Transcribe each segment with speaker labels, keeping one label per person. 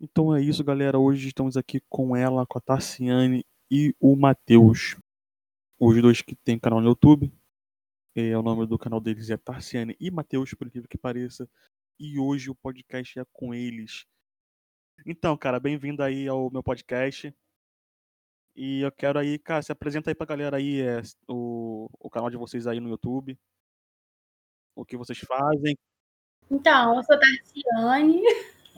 Speaker 1: Então é isso, galera. Hoje estamos aqui com ela, com a Tarciane e o Matheus. Os dois que têm canal no YouTube. É, o nome do canal deles é Tarciane e Matheus, por incrível que pareça. E hoje o podcast é com eles. Então, cara, bem-vindo aí ao meu podcast. E eu quero aí, cara, se apresenta aí pra galera aí é, o, o canal de vocês aí no YouTube. O que vocês fazem.
Speaker 2: Então, eu sou Tarciane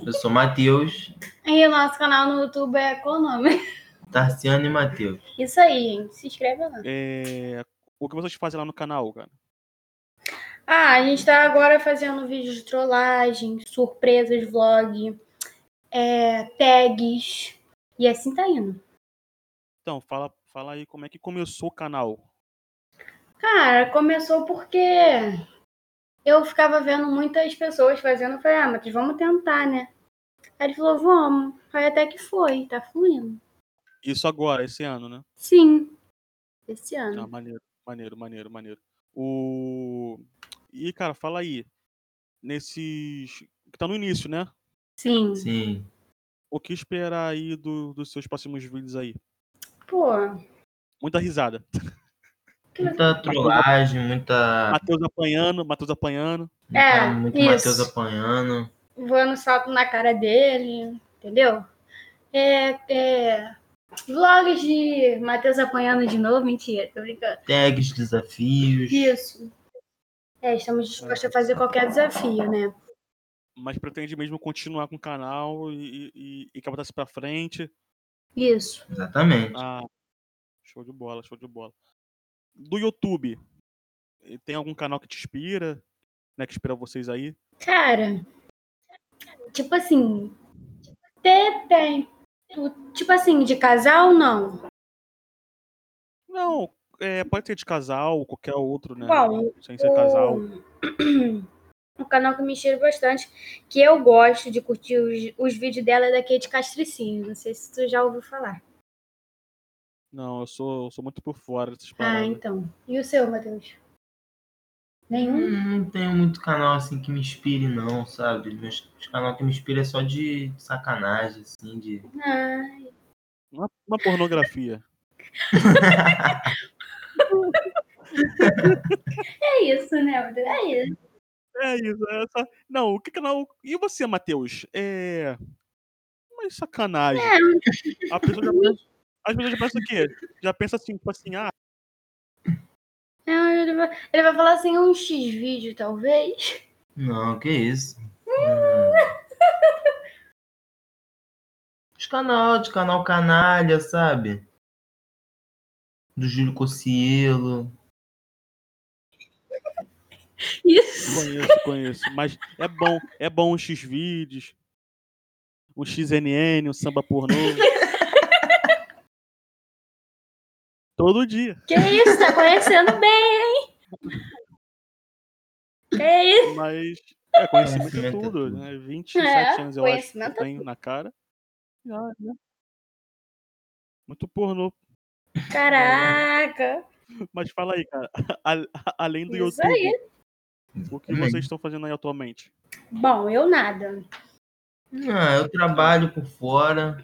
Speaker 3: Eu sou Matheus,
Speaker 2: e o nosso canal no YouTube é qual o nome?
Speaker 3: Tarciano e Matheus.
Speaker 2: Isso aí, gente. Se inscreve lá.
Speaker 1: é, o que vocês fazem lá no canal, cara.
Speaker 2: Ah, a gente tá agora fazendo vídeos de trollagem, surpresas, vlog, é, tags. E assim tá indo.
Speaker 1: Então, fala, fala aí como é que começou o canal.
Speaker 2: Cara, começou porque eu ficava vendo muitas pessoas fazendo. Eu falei, ah, Matheus, vamos tentar, né? Aí ele falou, vamos. Aí até que foi, tá fluindo.
Speaker 1: Isso agora, esse ano, né?
Speaker 2: Sim, esse
Speaker 1: Ah,
Speaker 2: ano.
Speaker 1: maneiro, maneiro, maneiro, maneiro. O... E, cara, fala aí. Nesses. Que tá no início, né?
Speaker 2: Sim.
Speaker 3: Sim.
Speaker 1: O que esperar aí do- dos seus próximos vídeos aí?
Speaker 2: Pô,
Speaker 1: Muita risada.
Speaker 3: Muita trollagem, muita.
Speaker 1: Matheus apanhando, Matheus apanhando.
Speaker 2: É,
Speaker 3: muito
Speaker 2: isso.
Speaker 3: Matheus apanhando.
Speaker 2: voando sapo na cara dele, entendeu? É, é, vlogs de Matheus apanhando de novo, mentira, tô brincando.
Speaker 3: Tags, desafios.
Speaker 2: Isso. É, estamos dispostos a fazer qualquer desafio, né?
Speaker 1: Mas pretende mesmo continuar com o canal e, e, e quer botar isso pra frente.
Speaker 2: Isso.
Speaker 3: Exatamente.
Speaker 1: Ah, show de bola, show de bola. Do YouTube, eh, tem algum canal que te inspira? Né, que inspira vocês aí?
Speaker 2: Cara, tipo assim, até tem. o- Tipo assim, de casal, não.
Speaker 1: Não, é, pode ser de casal ou qualquer outro, né?
Speaker 2: Bom,
Speaker 1: Sem ser casal.
Speaker 2: Um canal que me cheira bastante, que eu gosto de curtir os, os vídeos dela é da Kate Castricinho. Não sei se tu já ouviu falar.
Speaker 1: Não, eu sou, eu sou muito por fora dessas
Speaker 2: Ah,
Speaker 1: paradas.
Speaker 2: então. E o seu, Matheus? Nenhum?
Speaker 3: Hum, Não tenho muito canal assim que me inspire, não, sabe? Os meus os canal que me inspira é só de sacanagem, assim, de.
Speaker 2: Ah,
Speaker 1: Uma, uma pornografia.
Speaker 2: é isso, né, Matheus? É isso.
Speaker 1: É isso, é essa. Não, o que canal. E você, Matheus? É. Mas sacanagem. A pessoa já pensa... As pessoas já pensam o quê? Já pensa assim, tipo assim, ah,
Speaker 2: Não, ele, vai, ele vai falar assim, um X-vídeo, talvez.
Speaker 3: Não, que isso. Hum. Os canal, de canal canalha, sabe? Do Júlio Cocielo.
Speaker 2: Isso.
Speaker 1: conheço, conheço. Mas é bom, é bom um X-Vídeos, um XNN, um samba pornô. Todo dia.
Speaker 2: Que isso, tá conhecendo bem, hein? Que isso?
Speaker 1: Mas é conhecimento é
Speaker 3: Conhecimento é
Speaker 1: tudo,
Speaker 3: tudo.
Speaker 1: né? 27 anos eu acho que eu
Speaker 2: conhecimento é
Speaker 1: tenho na cara. Já, né? Muito pornô.
Speaker 2: Caraca.
Speaker 1: Mas fala aí, cara. a- Além do
Speaker 2: Isso
Speaker 1: YouTube,
Speaker 2: aí.
Speaker 1: o
Speaker 3: Uhum.
Speaker 1: que vocês estão fazendo aí atualmente?
Speaker 2: Bom, eu nada.
Speaker 3: Ah, eu trabalho por fora.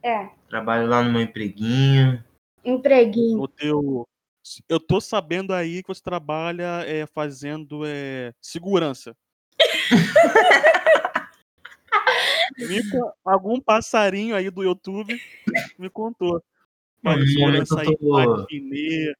Speaker 2: É,
Speaker 3: Trabalho lá no meu empreguinho.
Speaker 2: empreguinho.
Speaker 1: No teu. Eu tô sabendo aí que você trabalha é, fazendo é, segurança. Me con- algum passarinho aí do YouTube me contou. Olha,
Speaker 3: Hum,
Speaker 1: segurança
Speaker 3: eu
Speaker 1: aí,
Speaker 3: tô-
Speaker 1: matinê,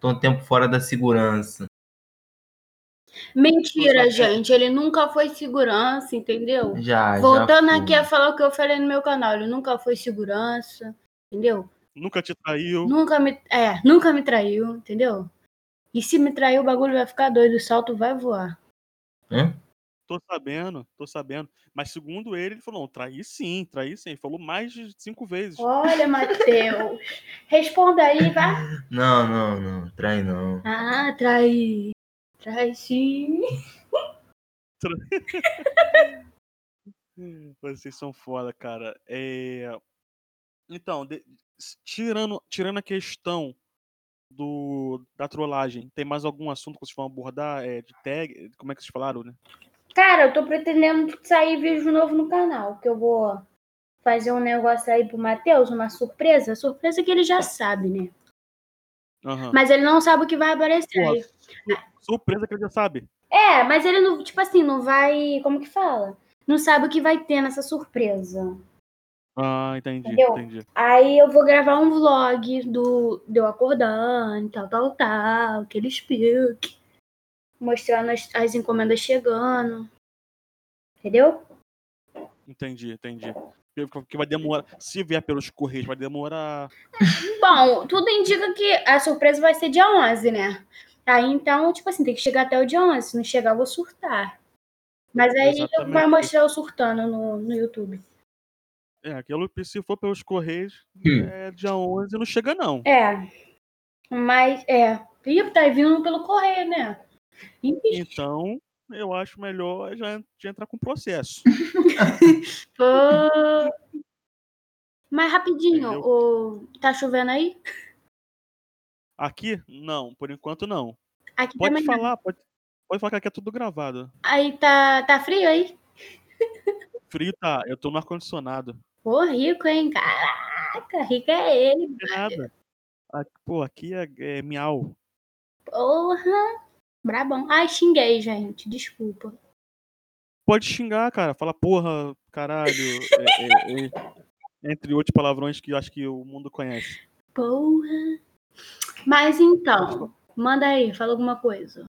Speaker 3: Tô um tempo fora da segurança.
Speaker 1: Usa-
Speaker 2: Mentira, gente. Ele nunca foi segurança, entendeu?
Speaker 3: Já, já
Speaker 2: Voltando
Speaker 3: fui.
Speaker 2: aqui a falar o que eu falei no meu canal. Ele nunca foi segurança, entendeu?
Speaker 1: nunca te traiu.
Speaker 2: Nunca me, é, nunca me traiu, entendeu? E se me trair, o bagulho vai ficar doido, o salto vai voar.
Speaker 1: Tô sabendo, tô sabendo. Mas segundo ele, ele falou, não, traí sim, traí sim. Ele falou mais de cinco vezes.
Speaker 2: Olha, Matheus. Responda aí, vai.
Speaker 3: Não, não, não. Trai não.
Speaker 2: Ah, trair. Trai sim.
Speaker 1: Vocês são foda, cara. É... Então, de- s- tirando, tirando a questão eh, do, da trollagem, tem mais algum assunto que vocês vão abordar? É, de tag? Como é que vocês falaram, né?
Speaker 2: Cara, eu tô pretendendo sair vídeo novo no canal, que eu vou fazer um negócio aí pro Matheus, uma surpresa. Surpresa que ele já sabe, né?
Speaker 1: Aham.
Speaker 2: Mas ele não sabe o que vai aparecer.
Speaker 1: Porra, su- surpresa que ele já sabe.
Speaker 2: É, mas ele não, tipo assim, não vai. Como que fala? Não sabe o que vai ter nessa surpresa.
Speaker 1: Ah, entendi,
Speaker 2: Entendeu?
Speaker 1: entendi.
Speaker 2: Aí eu vou gravar um vlog do de eu acordando, tal, tal, tal, aquele speak. Mostrando as, as encomendas chegando. Entendeu?
Speaker 1: Entendi, entendi. Porque porque vai demorar. Se vier pelos correios, vai demorar.
Speaker 2: Bom, tudo indica que a surpresa vai ser dia 11, né? Aí então, tipo assim, tem que chegar até o dia 11. Se não chegar, eu vou surtar. Mas aí
Speaker 1: Exatamente.
Speaker 2: vai mostrar eu surtando no, no YouTube.
Speaker 1: É, aquilo que se for pelos correios,
Speaker 3: Hum.
Speaker 1: é dia 11 não chega, não.
Speaker 2: É. Mas, é. Ih, tá vindo pelo correio, né? Ih,
Speaker 1: Então, eu acho melhor é já en- já entrar com processo.
Speaker 2: pô. Mas rapidinho,
Speaker 1: Entendeu?
Speaker 2: o... tá chovendo aí?
Speaker 1: Aqui, não, por enquanto não.
Speaker 2: Aqui
Speaker 1: Pode
Speaker 2: também não.
Speaker 1: falar, pode, pode falar que aqui é tudo gravado.
Speaker 2: Aí tá, tá frio aí?
Speaker 1: Frio tá, eu tô no ar-condicionado.
Speaker 2: Pô, rico, hein? Caraca, rico é ele.
Speaker 1: Não tem nada. Ah, Pô, aqui é, é miau.
Speaker 2: Porra. Brabão. Ai, xinguei, gente. Desculpa.
Speaker 1: Pode xingar, cara. Fala porra, caralho. é, é, é, entre outros palavrões que eu acho que o mundo conhece.
Speaker 2: Porra. Mas então, manda aí, fala alguma coisa.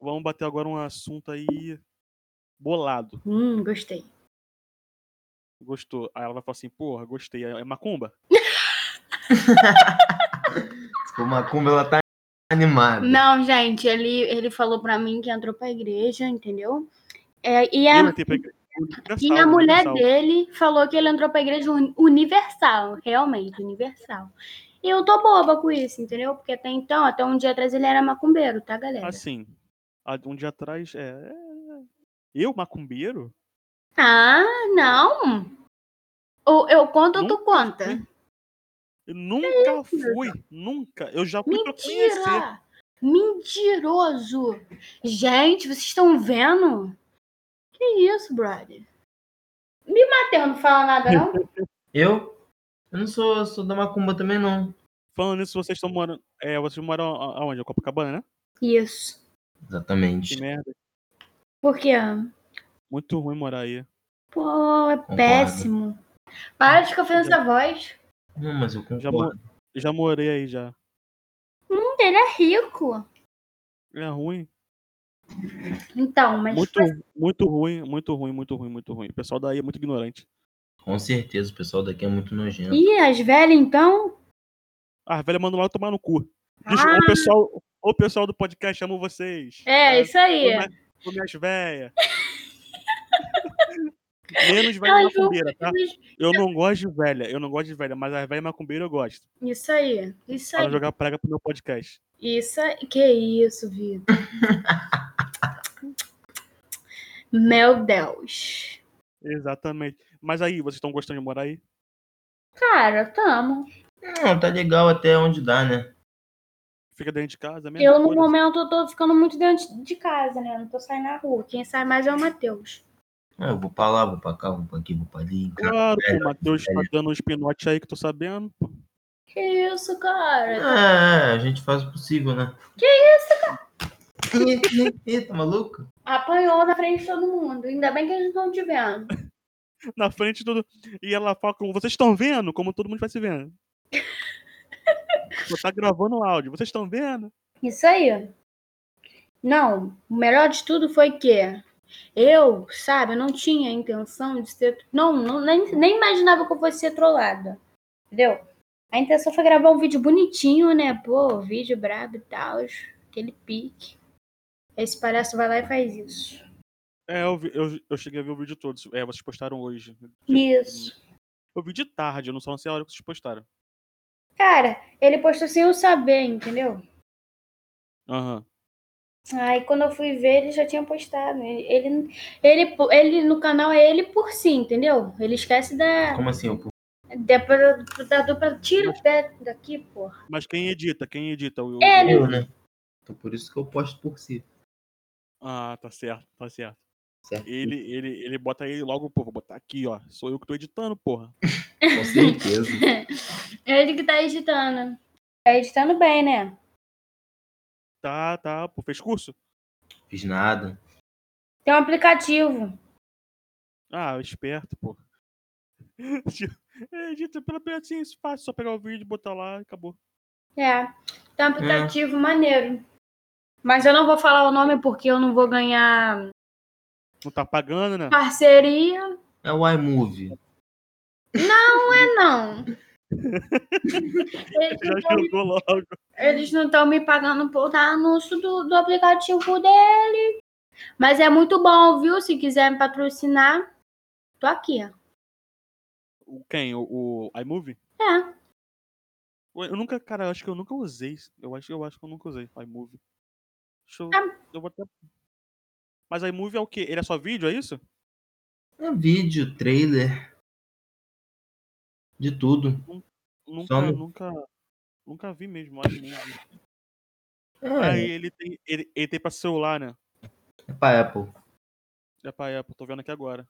Speaker 1: Vamos bater agora um assunto aí bolado.
Speaker 2: Hum, gostei.
Speaker 1: Gostou. Aí ela vai falar assim, porra, gostei. É macumba?
Speaker 3: Se for macumba, ela tá animada.
Speaker 2: Não, gente, ele, ele falou pra mim que entrou pra igreja, entendeu? É, e
Speaker 1: Eu
Speaker 2: a,
Speaker 1: entrei pra igreja universal,
Speaker 2: e a mulher
Speaker 1: universal.
Speaker 2: dele falou que ele entrou pra igreja uni- universal, realmente, universal. E eu tô boba com isso, entendeu? Porque até então, até um dia atrás ele era macumbeiro, tá, galera?
Speaker 1: Assim, há um dia atrás, é... Eu, macumbeiro?
Speaker 2: Ah, não! Ou eu conto ou tu
Speaker 1: Nunca
Speaker 2: conta?
Speaker 1: fui. Eu nunca fui, nunca. Eu já fui pra conhecer.
Speaker 2: Mentira! Mentiroso! Gente, vocês estão vendo? Que isso, brother? Me Matheus não fala nada, não?
Speaker 3: Eu? Eu não sou, sou da macumba também, não.
Speaker 1: Falando nisso, vocês estão morando... É, vocês moram a- aonde? Copacabana, né?
Speaker 2: Isso.
Speaker 1: Que
Speaker 3: Exatamente.
Speaker 1: merda.
Speaker 2: Porque,
Speaker 1: Muito ruim morar aí.
Speaker 2: pô, é péssimo. Para de ficar fazendo essa voz.
Speaker 3: Não, mas eu
Speaker 1: Já, mo-
Speaker 3: concordo.
Speaker 1: já morei aí, já.
Speaker 2: Hum, ele é rico.
Speaker 1: É ruim.
Speaker 2: Então, mas.
Speaker 1: Muito, muito ruim, muito ruim, muito ruim, muito ruim. O pessoal daí é muito ignorante.
Speaker 3: Com certeza, o pessoal daqui é muito nojento.
Speaker 2: Ih, assim, as velhas, então?
Speaker 1: Ah, velha manda lá tomar no cu. Desculpa, o pessoal, o pessoal do podcast amo vocês.
Speaker 2: Ah! É, isso aí.
Speaker 1: Minhas, minhas véia. Menos velha
Speaker 2: Ai,
Speaker 1: macumbeira, tá? Eu não gosto de velha, eu não gosto de velha, mas a velha macumbeira eu gosto.
Speaker 2: Isso aí. Isso
Speaker 1: Para
Speaker 2: aí.
Speaker 1: jogar praga pro meu podcast.
Speaker 2: Isso aí. Que isso, Vitor. Meu Deus.
Speaker 1: Exatamente. Mas aí, vocês estão gostando de morar aí?
Speaker 2: Cara, tamo.
Speaker 3: Não, tá legal até onde dá, né?
Speaker 1: Fica dentro de casa mesmo?
Speaker 2: Eu, no
Speaker 1: Foda-se.
Speaker 2: momento, eu tô ficando muito dentro de casa, né? Eu não tô saindo na rua. Quem sai mais é o Matheus.
Speaker 3: Ah, Eu vou pra lá, vou pra cá, vou pra aqui, vou pra ali.
Speaker 1: Claro, pô, o Matheus tá dando uns pinotes aí que eu tô sabendo. pô.
Speaker 2: Que isso, cara?
Speaker 3: É, a gente faz o possível, né? Que isso, cara? Ih, tá maluco?
Speaker 2: Apanhou na frente de todo mundo. Ainda bem que eles não te vendo.
Speaker 1: Na frente de todo. E ela fala como vocês estão vendo? Como todo mundo vai se vendo. Pô, tá gravando o áudio, vocês estão vendo?
Speaker 2: Isso aí. Não, o melhor de tudo foi que eu, sabe, eu não tinha a intenção de ser. Não, não- nem, nem imaginava que eu fosse ser trollada. Entendeu? A intenção foi gravar um vídeo bonitinho, né? Pô, vídeo brabo e tal. Aquele pique. Esse palhaço vai lá e faz isso.
Speaker 1: É, eu, vi- eu, eu cheguei a ver o vídeo todo. É, vocês postaram hoje.
Speaker 2: Isso.
Speaker 1: Eu vi de tarde, eu não só não sei a hora que vocês postaram.
Speaker 2: Cara, ele postou sem eu saber, entendeu?
Speaker 1: Aham.
Speaker 2: Aí quando eu fui ver, ele já tinha postado. Ele, ele, ele, ele- no canal é ele por si, entendeu? Ele esquece da,
Speaker 3: Como assim? Eu...
Speaker 2: da, pro- da dupla. Tira o pé daqui, porra.
Speaker 1: Mas quem edita? Quem edita? O, o-
Speaker 3: É,
Speaker 2: Ele.
Speaker 3: Eu, né? Então por isso que eu posto por si.
Speaker 1: Ah, tá certo, tá certo.
Speaker 3: Certo?
Speaker 1: Ele, ele, ele bota aí logo, pô, vou botar aqui, ó. Sou eu que tô editando, porra. é.
Speaker 3: Com certeza.
Speaker 2: Ele que tá editando. Tá editando bem, né?
Speaker 1: Tá, tá, pô, fez curso?
Speaker 3: Fiz nada.
Speaker 2: Tem um aplicativo.
Speaker 1: Ah, esperto, pô. É, edita pelo menos assim, isso é fácil, só pegar o vídeo, botar lá e acabou.
Speaker 2: É. Tem um aplicativo maneiro. Mas eu não vou falar o nome porque eu não vou ganhar
Speaker 1: Não tá pagando,
Speaker 2: Ah,
Speaker 1: né?
Speaker 2: parceria.
Speaker 3: É o iMovie.
Speaker 2: É não. Eles
Speaker 1: Já
Speaker 2: não tão-
Speaker 1: jogou logo.
Speaker 2: Eles não estão me pagando por dar anúncio do, do aplicativo dele. Mas é muito bom, viu? Se quiser me patrocinar, tô aqui. ó.
Speaker 1: O- Quem? O, o iMovie?
Speaker 2: É.
Speaker 1: Ué, Eu nunca, cara, eu acho que eu nunca usei. isso. Eu acho, eu acho que eu nunca usei iMovie. Deixa eu,
Speaker 2: Ah.
Speaker 1: eu vou até... Mas iMovie é o quê? Ele é só vídeo, é isso?
Speaker 3: É vídeo, trailer. De tudo.
Speaker 1: Nunca,
Speaker 3: no-
Speaker 1: nunca, nunca vi mesmo iMovie. Aí
Speaker 3: É,
Speaker 1: ele tem, ele, ele tem pra celular, né?
Speaker 3: é pra Apple.
Speaker 1: É pra Apple, tô vendo aqui agora.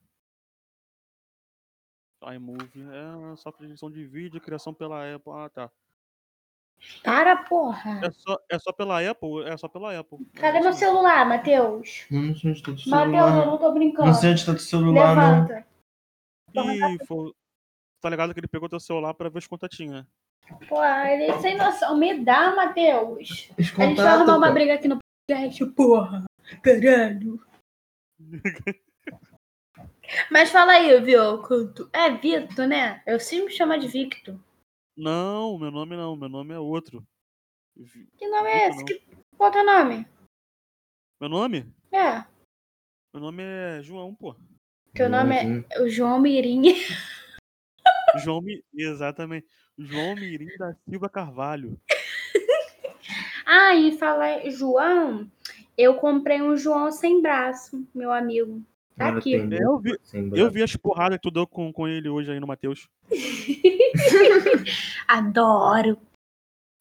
Speaker 1: iMovie, é só pra edição de vídeo, criação pela Apple. Ah, tá.
Speaker 2: Para, porra.
Speaker 1: É só, é só pela Apple? É só pela Apple. É
Speaker 2: Cadê
Speaker 1: isso
Speaker 2: meu
Speaker 1: mesmo.
Speaker 2: celular, Matheus?
Speaker 3: Eu não sei onde tá o
Speaker 2: Matheus, eu
Speaker 3: celular.
Speaker 2: não tô brincando.
Speaker 3: Não sei onde tá o celular, não.
Speaker 2: Levanta. Então, assim
Speaker 1: Ih, fo- tá ligado que ele pegou teu celular pra ver os contatinhos, né?
Speaker 2: Porra, ele é sem noção. Me dá, Matheus.
Speaker 3: Eles
Speaker 2: A gente vai arrumar
Speaker 3: contatam,
Speaker 2: uma
Speaker 3: cara.
Speaker 2: briga aqui no podcast, porra. Caralho. Mas fala aí, viu? Canto. É Victor, né? Eu sempre me chamo de Victor.
Speaker 1: Não, meu nome não, meu nome é outro. Vi-
Speaker 2: Que nome é
Speaker 1: Victor
Speaker 2: esse? Que... Qual é o teu nome?
Speaker 1: Meu nome?
Speaker 2: É.
Speaker 1: Meu nome é João, pô.
Speaker 2: Teu nome é
Speaker 3: Imagina.
Speaker 2: o João Mirim.
Speaker 1: João Mi... Exatamente. João Mirim da Silva Carvalho.
Speaker 2: Ah, e falar João, eu comprei um João sem braço, meu amigo. Tá
Speaker 3: Ela
Speaker 2: aqui.
Speaker 3: tem
Speaker 1: É,
Speaker 3: medo,
Speaker 1: eu vi,
Speaker 3: sem
Speaker 1: eu
Speaker 3: braço.
Speaker 1: vi as porradas que tu deu com, com ele hoje aí no Matheus.
Speaker 2: Adoro.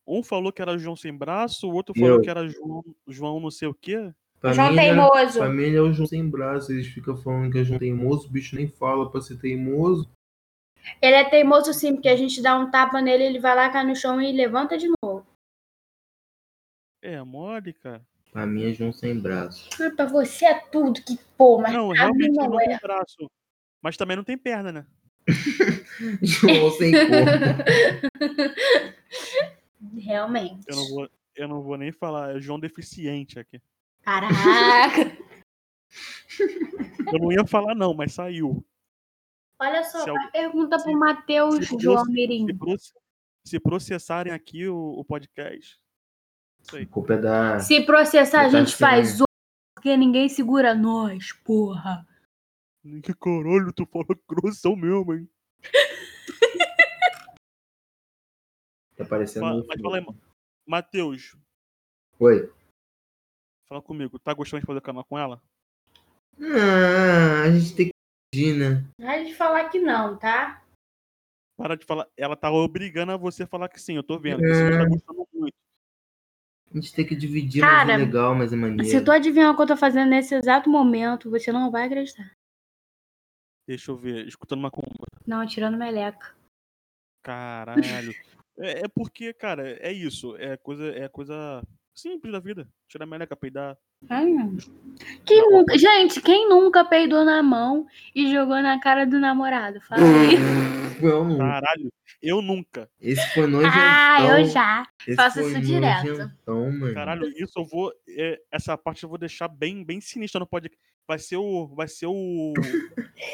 Speaker 1: Um falou que era João sem braço, o outro falou
Speaker 3: Eu.
Speaker 1: que era João, João não sei o quê.
Speaker 3: Pra
Speaker 2: João
Speaker 3: mim, ele era-
Speaker 2: Teimoso.
Speaker 3: Pra mim, ele é o João sem braço. Eles ficam falando que é João teimoso. O bicho nem fala pra ser teimoso.
Speaker 2: Ele é teimoso sim, porque a gente dá um tapa nele, ele vai lá, cai no chão e levanta de novo.
Speaker 1: É, mole, cara.
Speaker 3: Pra mim, é João sem braço.
Speaker 2: Ah, pra você é tudo que pô, mas
Speaker 1: não,
Speaker 2: pra mim
Speaker 1: realmente
Speaker 2: não
Speaker 1: não
Speaker 2: é.
Speaker 1: tem braço. Mas também não tem perna, né?
Speaker 3: João sem corpo.
Speaker 2: Realmente.
Speaker 1: Eu não vou, eu não vou nem falar. É João deficiente aqui.
Speaker 2: Caraca.
Speaker 1: Eu não ia falar, não, mas saiu.
Speaker 2: Olha só,
Speaker 1: Se alguém-
Speaker 2: pergunta
Speaker 1: se-
Speaker 2: pro Matheus
Speaker 1: se fosse-
Speaker 2: João
Speaker 1: Se,
Speaker 2: Mirim.
Speaker 1: proce- se processarem aqui o, o podcast. Isso aí.
Speaker 3: A culpa é da...
Speaker 2: Se processar, a
Speaker 3: Tá
Speaker 2: gente
Speaker 3: tirando.
Speaker 2: faz o porque ninguém segura nós, porra.
Speaker 1: Que caralho, tu fala grossão mesmo, hein?
Speaker 3: Tá parecendo...
Speaker 1: Fa-
Speaker 3: um
Speaker 1: Mas
Speaker 3: filme.
Speaker 1: fala aí, Ma- Matheus,
Speaker 3: Oi.
Speaker 1: fala comigo. Tá gostando de fazer canal com ela?
Speaker 3: Ah, a gente tem que pedir, né?
Speaker 2: Vai é de falar que não, tá?
Speaker 1: Para de falar. Ela tá obrigando a você falar que sim, eu tô vendo. Você não tá gostando muito.
Speaker 3: A gente tem que dividir,
Speaker 2: Cara,
Speaker 3: mas é legal, mas é maneiro.
Speaker 2: Se tu adivinhar o que eu tô fazendo nesse exato momento, você não vai acreditar.
Speaker 1: Deixa eu ver, escutando uma com.
Speaker 2: Não, tirando meleca.
Speaker 1: Caralho. É, é porque, cara, é isso. É coisa, é coisa simples da vida. Tirar meleca, peidar.
Speaker 2: Ai, meu. Quem nunca... Gente, quem nunca peidou na mão e jogou na cara do namorado? Fala
Speaker 3: Hum,
Speaker 2: aí.
Speaker 3: Ah, Eu não.
Speaker 1: Caralho, eu nunca.
Speaker 3: Esse foi nojentão.
Speaker 2: Ah,
Speaker 3: então,
Speaker 2: eu já.
Speaker 3: Esse
Speaker 2: faço
Speaker 3: foi
Speaker 2: isso direto.
Speaker 3: nojentão, mano.
Speaker 1: Caralho, isso eu vou. é, essa parte eu vou deixar bem, bem sinistra no podcast. Vai ser o. Vai ser o.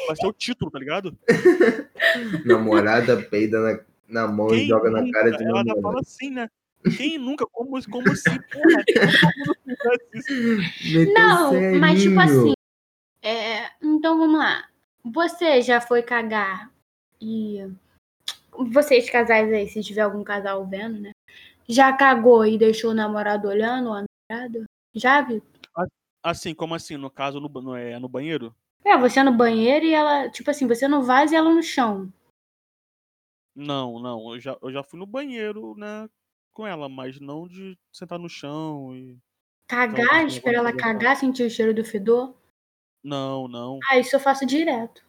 Speaker 1: Vai ser o título, tá ligado?
Speaker 3: Namorada peida na, na mão e joga na cara de
Speaker 1: Ela ainda
Speaker 3: namorado.
Speaker 1: fala assim, né? Quem nunca? Como, como se. Porra, todo mundo fizesse isso.
Speaker 3: Meteu
Speaker 2: Não, mas tipo
Speaker 3: serinho.
Speaker 2: assim. é, então vamos lá. Você já foi cagar e. Vocês casais aí, se tiver algum casal vendo, né? Já cagou e deixou o namorado olhando ou a namorada? Já viu?
Speaker 1: Assim, como assim? No caso, no, ba- no, é, no banheiro?
Speaker 2: É, você no banheiro e ela. Tipo assim, você no vaso e ela no chão.
Speaker 1: Não, não. Eu já, eu já fui no banheiro, né? Com ela, mas não de sentar no chão e.
Speaker 2: Cagar,
Speaker 1: Então,
Speaker 2: esperar ela
Speaker 1: legal.
Speaker 2: cagar, sentir o cheiro do fedor.
Speaker 1: Não, não.
Speaker 2: Ah, isso eu faço direto.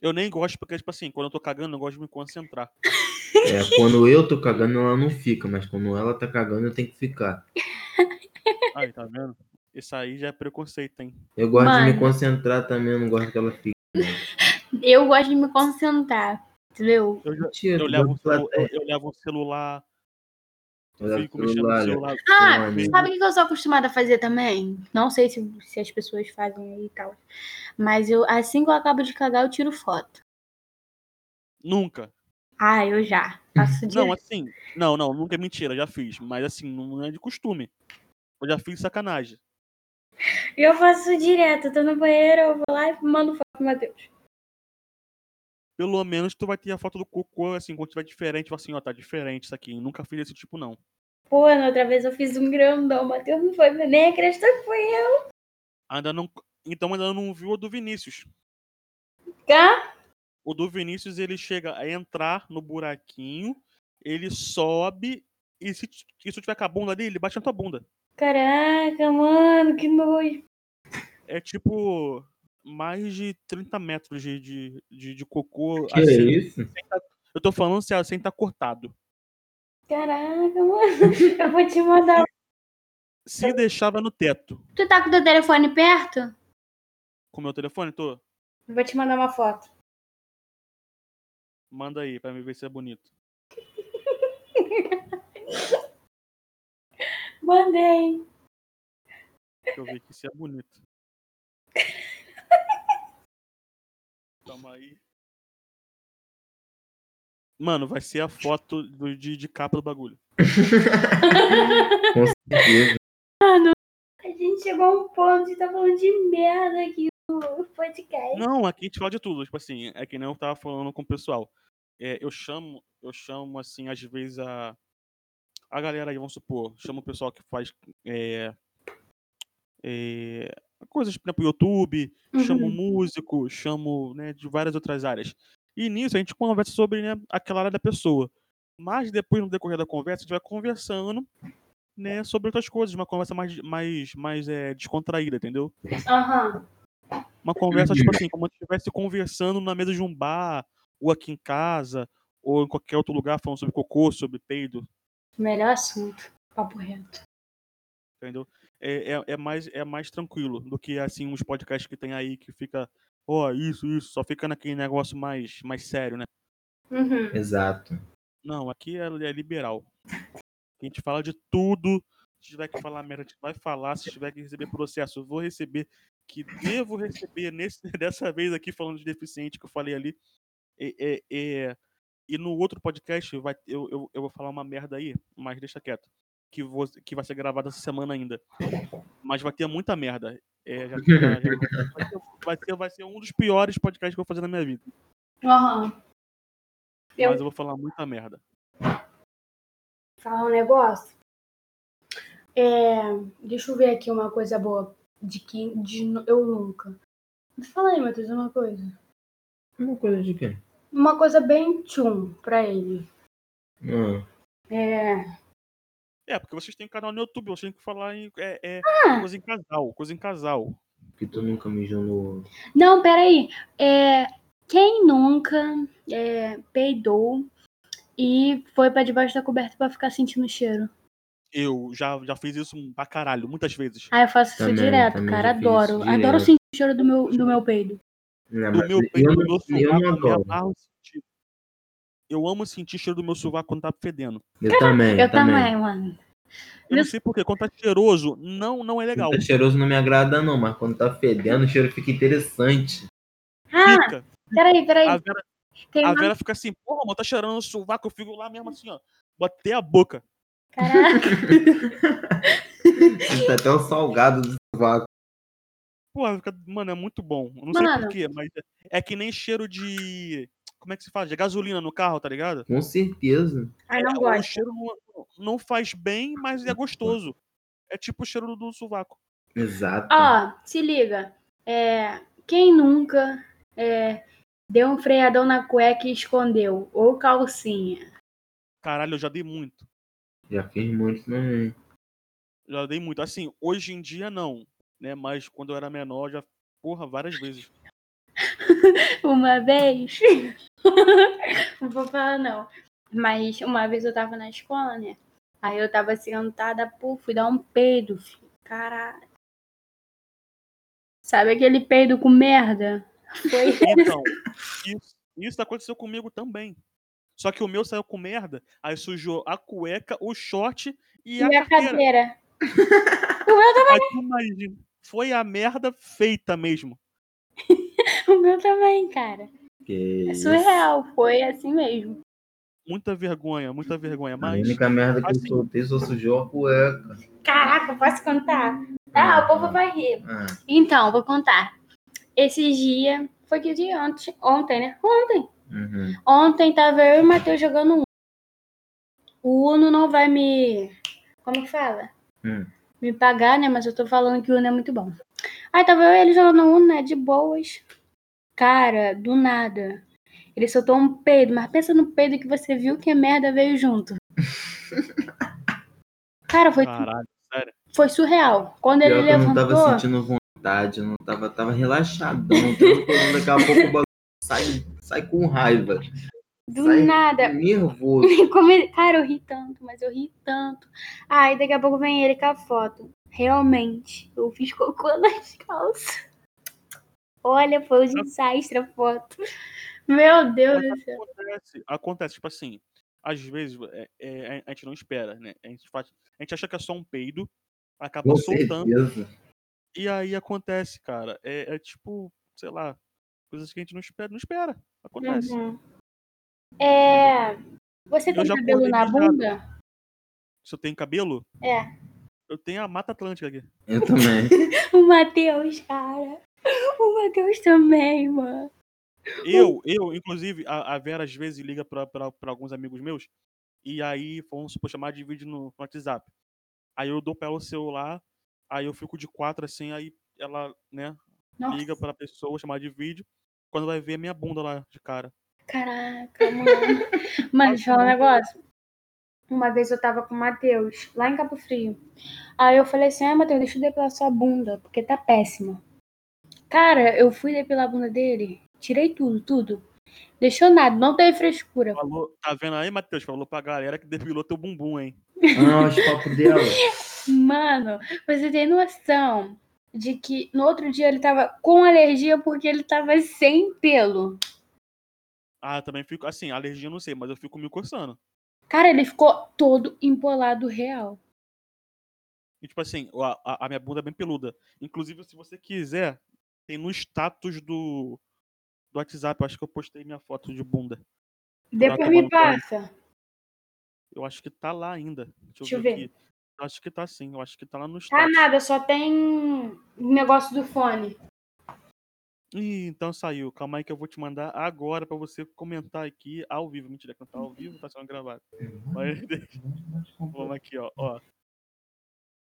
Speaker 1: Eu nem gosto, porque, tipo assim, quando eu tô cagando, eu gosto de me concentrar.
Speaker 3: É, quando eu tô cagando, ela não fica, mas quando ela tá cagando, eu tenho que ficar.
Speaker 1: Aí, tá vendo? Isso aí já é preconceito, hein?
Speaker 3: Eu gosto de
Speaker 2: Mano.
Speaker 3: me concentrar também, eu não gosto que ela fique.
Speaker 2: Eu gosto de me concentrar, entendeu?
Speaker 1: Eu, já-
Speaker 3: Mentira,
Speaker 1: eu levo, um
Speaker 3: gosto
Speaker 1: celu-
Speaker 3: de-
Speaker 1: eu, eu levo um celular,
Speaker 3: eu levo
Speaker 1: fico mexendo
Speaker 3: celular, né?
Speaker 1: no celular.
Speaker 2: Ah,
Speaker 3: Fone.
Speaker 2: sabe o que que eu sou acostumada a fazer também? Não sei se, se as pessoas fazem aí e tal. Mas eu, assim que eu acabo de cagar, eu tiro foto.
Speaker 1: Nunca.
Speaker 2: Ah, eu já. Faço
Speaker 1: Não,
Speaker 2: direto.
Speaker 1: assim, não, não, nunca é mentira, já fiz. Mas assim, não é de costume. Eu já fiz sacanagem.
Speaker 2: Eu faço direto. Tô no banheiro, eu vou lá e mando foto pro Matheus.
Speaker 1: Pelo menos tu vai ter a foto do cocô, assim, quando tiver diferente, fala assim, ó, tá diferente isso aqui. Nunca fiz esse tipo, não.
Speaker 2: Pô, na outra vez eu fiz um grandão. O Matheus não foi, nem acreditou que foi eu.
Speaker 1: Ainda não. Então ainda não viu o do Vinícius.
Speaker 2: Cá?
Speaker 1: O do Vinícius, ele chega a entrar no buraquinho, ele sobe, e se, tu- e se tu tiver com a bunda dele, ele bate na tua bunda.
Speaker 2: Caraca, mano, que nojo.
Speaker 1: É tipo mais de 30 metros de, de, de, de cocô. assim.
Speaker 3: Que é isso?
Speaker 1: Eu tô falando se assim, tá cortado.
Speaker 2: Caraca, mano. Eu vou te mandar.
Speaker 1: Se deixava no teto.
Speaker 2: Tu tá com teu telefone perto?
Speaker 1: Com meu telefone, tô?
Speaker 2: Eu vou te mandar uma foto.
Speaker 1: Manda aí pra me ver se é bonito.
Speaker 2: Mandei.
Speaker 1: Deixa eu ver aqui se é bonito. Calma aí. Mano, vai ser a foto do, de, de capa do bagulho.
Speaker 3: Com certeza.
Speaker 2: A gente chegou a um ponto de tá falando de merda aqui no podcast.
Speaker 1: Não, aqui a gente fala de tudo. Tipo assim, é que nem eu tava falando com o pessoal. É, eu chamo, eu chamo, assim, às vezes a. A galera aí, vamos supor, chama o pessoal que faz. É, é, coisas, por exemplo, YouTube,
Speaker 2: Uhum.
Speaker 1: chamo músico, chamo né, de várias outras áreas. E nisso a gente conversa sobre né, aquela área da pessoa. Mas depois, no decorrer da conversa, a gente vai conversando né, sobre outras coisas, uma conversa mais, mais, mais é, descontraída, entendeu?
Speaker 2: Aham.
Speaker 1: Uma conversa, tipo
Speaker 3: Uhum.
Speaker 1: assim, como se estivesse conversando na mesa de um bar, ou aqui em casa, ou em qualquer outro lugar, falando sobre cocô, sobre peido,
Speaker 2: Melhor assunto. Papo reto.
Speaker 1: entendeu? É, é, é mais, é mais tranquilo do que, assim, uns podcasts que tem aí que fica, ó, isso, isso, só fica naquele negócio mais, mais sério, né?
Speaker 2: Uhum.
Speaker 3: Exato.
Speaker 1: Não, aqui é, é liberal. A gente fala de tudo. Se tiver que falar merda, a gente vai falar. Se tiver que receber processo, eu vou receber. Que devo receber nesse, dessa vez aqui, falando de deficiente que eu falei ali. E, e- e- e no outro podcast, vai, eu, eu, eu vou falar uma merda aí, mas deixa quieto. Que, vou- que vai ser gravado essa semana ainda. Mas vai ter muita merda. É, já- já- já- vai, ser, vai ser- vai ser um dos piores podcasts que eu vou fazer na minha vida.
Speaker 2: Aham. Eu-
Speaker 1: Mas eu vou falar muita merda.
Speaker 2: falar um negócio. É, deixa eu ver aqui uma coisa boa de quem de nu- eu nunca. Fala aí, Matheus, uma coisa.
Speaker 3: É Uma coisa de quê?
Speaker 2: Uma coisa bem tchum pra ele.
Speaker 3: Ah,
Speaker 2: É.
Speaker 1: É, porque vocês têm um canal no YouTube, vocês têm que falar em é, é,
Speaker 2: Ah.
Speaker 1: coisa em casal, coisa em casal.
Speaker 3: que tu nunca mijou no.
Speaker 2: Não, peraí. É, quem nunca é, peidou e foi pra debaixo da coberta pra ficar sentindo o cheiro?
Speaker 1: Eu já, já fiz isso pra caralho, muitas vezes.
Speaker 2: Ah, eu faço isso
Speaker 3: Também,
Speaker 2: direto,
Speaker 3: também
Speaker 2: cara.
Speaker 3: já fiz isso
Speaker 2: Adoro.
Speaker 3: direto.
Speaker 2: Adoro sentir o cheiro do meu, do meu peido.
Speaker 3: Não,
Speaker 1: Do
Speaker 3: É, mas
Speaker 1: meu
Speaker 3: eu
Speaker 1: peito,
Speaker 3: não-
Speaker 1: do meu
Speaker 3: eu não
Speaker 1: sovaco, eu me
Speaker 3: adoro.
Speaker 1: amarro em sentir. Eu amo sentir cheiro do meu sovaco quando tá fedendo.
Speaker 3: É, Eu também,
Speaker 2: Eu também, mano.
Speaker 1: Eu
Speaker 2: Meu-
Speaker 1: não sei porquê, quando tá cheiroso, não, não é legal.
Speaker 3: Tá cheiroso não me agrada, não, mas quando tá fedendo, o cheiro fica interessante. tá
Speaker 2: Ah,
Speaker 1: Fica.
Speaker 2: peraí, peraí.
Speaker 1: A Vera,
Speaker 2: Tem
Speaker 1: a
Speaker 2: uma
Speaker 1: Vera fica assim, porra, mano, tá cheirando o sovaco, eu fico lá mesmo assim, ó. Botei a boca.
Speaker 2: Caraca.
Speaker 3: Sinto até o salgado do sovaco.
Speaker 1: Porra, fica- mano, é muito bom. Eu não sei
Speaker 2: Mano.
Speaker 1: porquê, mas é- é que nem cheiro de. Como é que se fala? De gasolina no carro, tá ligado?
Speaker 3: Com certeza.
Speaker 2: Ai,
Speaker 1: É,
Speaker 2: não
Speaker 1: O
Speaker 2: gosto.
Speaker 1: cheiro não, não faz bem, mas é gostoso. É tipo o cheiro do sovaco.
Speaker 3: Exato.
Speaker 2: Ó, se liga. É, quem nunca é, deu um freadão na cueca e escondeu? Ou calcinha?
Speaker 1: Caralho, eu já dei muito.
Speaker 3: Já fiz muito também.
Speaker 1: Já dei muito. Assim, hoje em dia não, né? Mas quando eu era menor, já Porra, várias vezes.
Speaker 2: Uma vez. não vou falar, não. Mas uma vez eu tava na escola, né? Aí eu tava sentada, pô, fui dar um peido, filho. Caralho. Sabe aquele peido com merda? Foi.
Speaker 1: Então, isso, isso aconteceu comigo também. Só que o meu saiu com merda, aí sujou a cueca, o short e,
Speaker 2: E
Speaker 1: a
Speaker 2: a
Speaker 1: carteira.
Speaker 2: cadeira. O meu,
Speaker 1: Aí tu imagina, foi a merda feita mesmo.
Speaker 2: tá- o meu também, cara.
Speaker 3: Que
Speaker 2: É
Speaker 3: isso.
Speaker 2: surreal, foi assim mesmo.
Speaker 1: Muita vergonha, muita vergonha.
Speaker 3: A
Speaker 1: Mas
Speaker 3: única merda que
Speaker 1: assim-
Speaker 3: eu soltei só sujou a cueca.
Speaker 2: Caraca, posso contar? Ah, o povo vai rir.
Speaker 3: Ah,
Speaker 2: Então, vou contar. Esse dia foi que dia ontem, ontem, né? Ontem.
Speaker 3: uhum.
Speaker 2: Ontem tava eu e o Matheus jogando Uno. O Uno não vai me. Como que fala?
Speaker 3: Hum.
Speaker 2: Me pagar, né? Mas eu tô falando que o Uno é muito bom. Aí tava eu e ele jogando Uno, né? De boas. Cara, do nada. Ele soltou um peido, mas pensa no peido que você viu que a merda veio junto. Cara, foi,
Speaker 1: caralho, sério.
Speaker 2: foi surreal. Quando
Speaker 3: Pior
Speaker 2: ele
Speaker 3: que eu não tava
Speaker 2: levantou.
Speaker 3: sentindo vontade, eu não tava, tava relaxadão, tranquilo, daqui a pouco o bagulho sai, sai com raiva,
Speaker 2: Do
Speaker 3: Sai.
Speaker 1: É.
Speaker 2: nada.
Speaker 3: nervoso.
Speaker 2: Como ele- Cara, eu ri tanto, mas eu ri tanto. Aí daqui a pouco vem ele com a foto. Realmente, eu fiz cocô nas calças. Olha, foi um desastre a foto. Meu Deus do céu.
Speaker 1: Acontece, acontece, tipo assim, às vezes é- é, a gente não espera, né? A gente, faz- a gente acha que é só um peido, acaba
Speaker 3: Com
Speaker 1: soltando,
Speaker 3: certeza.
Speaker 1: e aí acontece, cara. É, é tipo, sei lá, coisas que a gente não espera, não espera. Acontece.
Speaker 2: Uhum. É. Você tem
Speaker 1: Eu já
Speaker 2: cabelo na
Speaker 1: acordei
Speaker 2: bunda?
Speaker 1: Se eu tenho cabelo,
Speaker 2: É. Eu
Speaker 1: eu tenho a Mata Atlântica aqui.
Speaker 3: Eu também.
Speaker 2: O Matheus, cara. O Matheus também, mano.
Speaker 1: Eu, eu, inclusive, a, a Vera às vezes liga pra, pra, pra alguns amigos meus, e aí vão supor chamar de vídeo no, no WhatsApp. Aí eu dou pra ela o celular, aí eu fico de quatro assim, aí ela, né,
Speaker 2: Nossa.
Speaker 1: liga pra pessoa chamar de vídeo, quando vai ver a minha bunda lá de cara.
Speaker 2: Caraca, mano. Mano, deixa eu falar um negócio. Uma vez eu tava com o Matheus, lá em Cabo Frio. Aí eu falei assim, ah, Matheus, deixa eu depilar sua bunda, porque tá péssima. Cara, eu fui depilar a bunda dele, tirei tudo, tudo. Deixou nada, não teve frescura.
Speaker 1: Falou, tá vendo aí, Matheus? Falou pra galera que depilou teu bumbum, hein?
Speaker 3: Ah, os papos dela.
Speaker 2: Mano, você tem noção de que no outro dia ele tava com alergia porque ele tava sem pelo.
Speaker 1: Ah, eu também fico, assim, alergia eu não sei, mas eu fico me coçando.
Speaker 2: Cara, ele ficou todo empolado real.
Speaker 1: E tipo assim, a, a- a minha bunda é bem peluda. Inclusive, se você quiser, tem no status do, do WhatsApp, eu acho que eu postei minha foto de bunda.
Speaker 2: Depois
Speaker 1: Caraca,
Speaker 2: me
Speaker 1: mano, cara.
Speaker 2: passa.
Speaker 1: Eu acho que tá lá ainda. Deixa,
Speaker 2: Deixa eu
Speaker 1: eu ver,
Speaker 2: ver.
Speaker 1: aqui. Eu acho que tá sim, eu acho que tá lá no
Speaker 2: Tá
Speaker 1: status.
Speaker 2: nada, só tem negócio do fone.
Speaker 1: Ih, então saiu. Calma aí que eu vou te mandar agora pra você comentar aqui ao vivo. Mentira, cantar ao vivo, tá sendo gravado. Mas vamos aqui, ó. ó.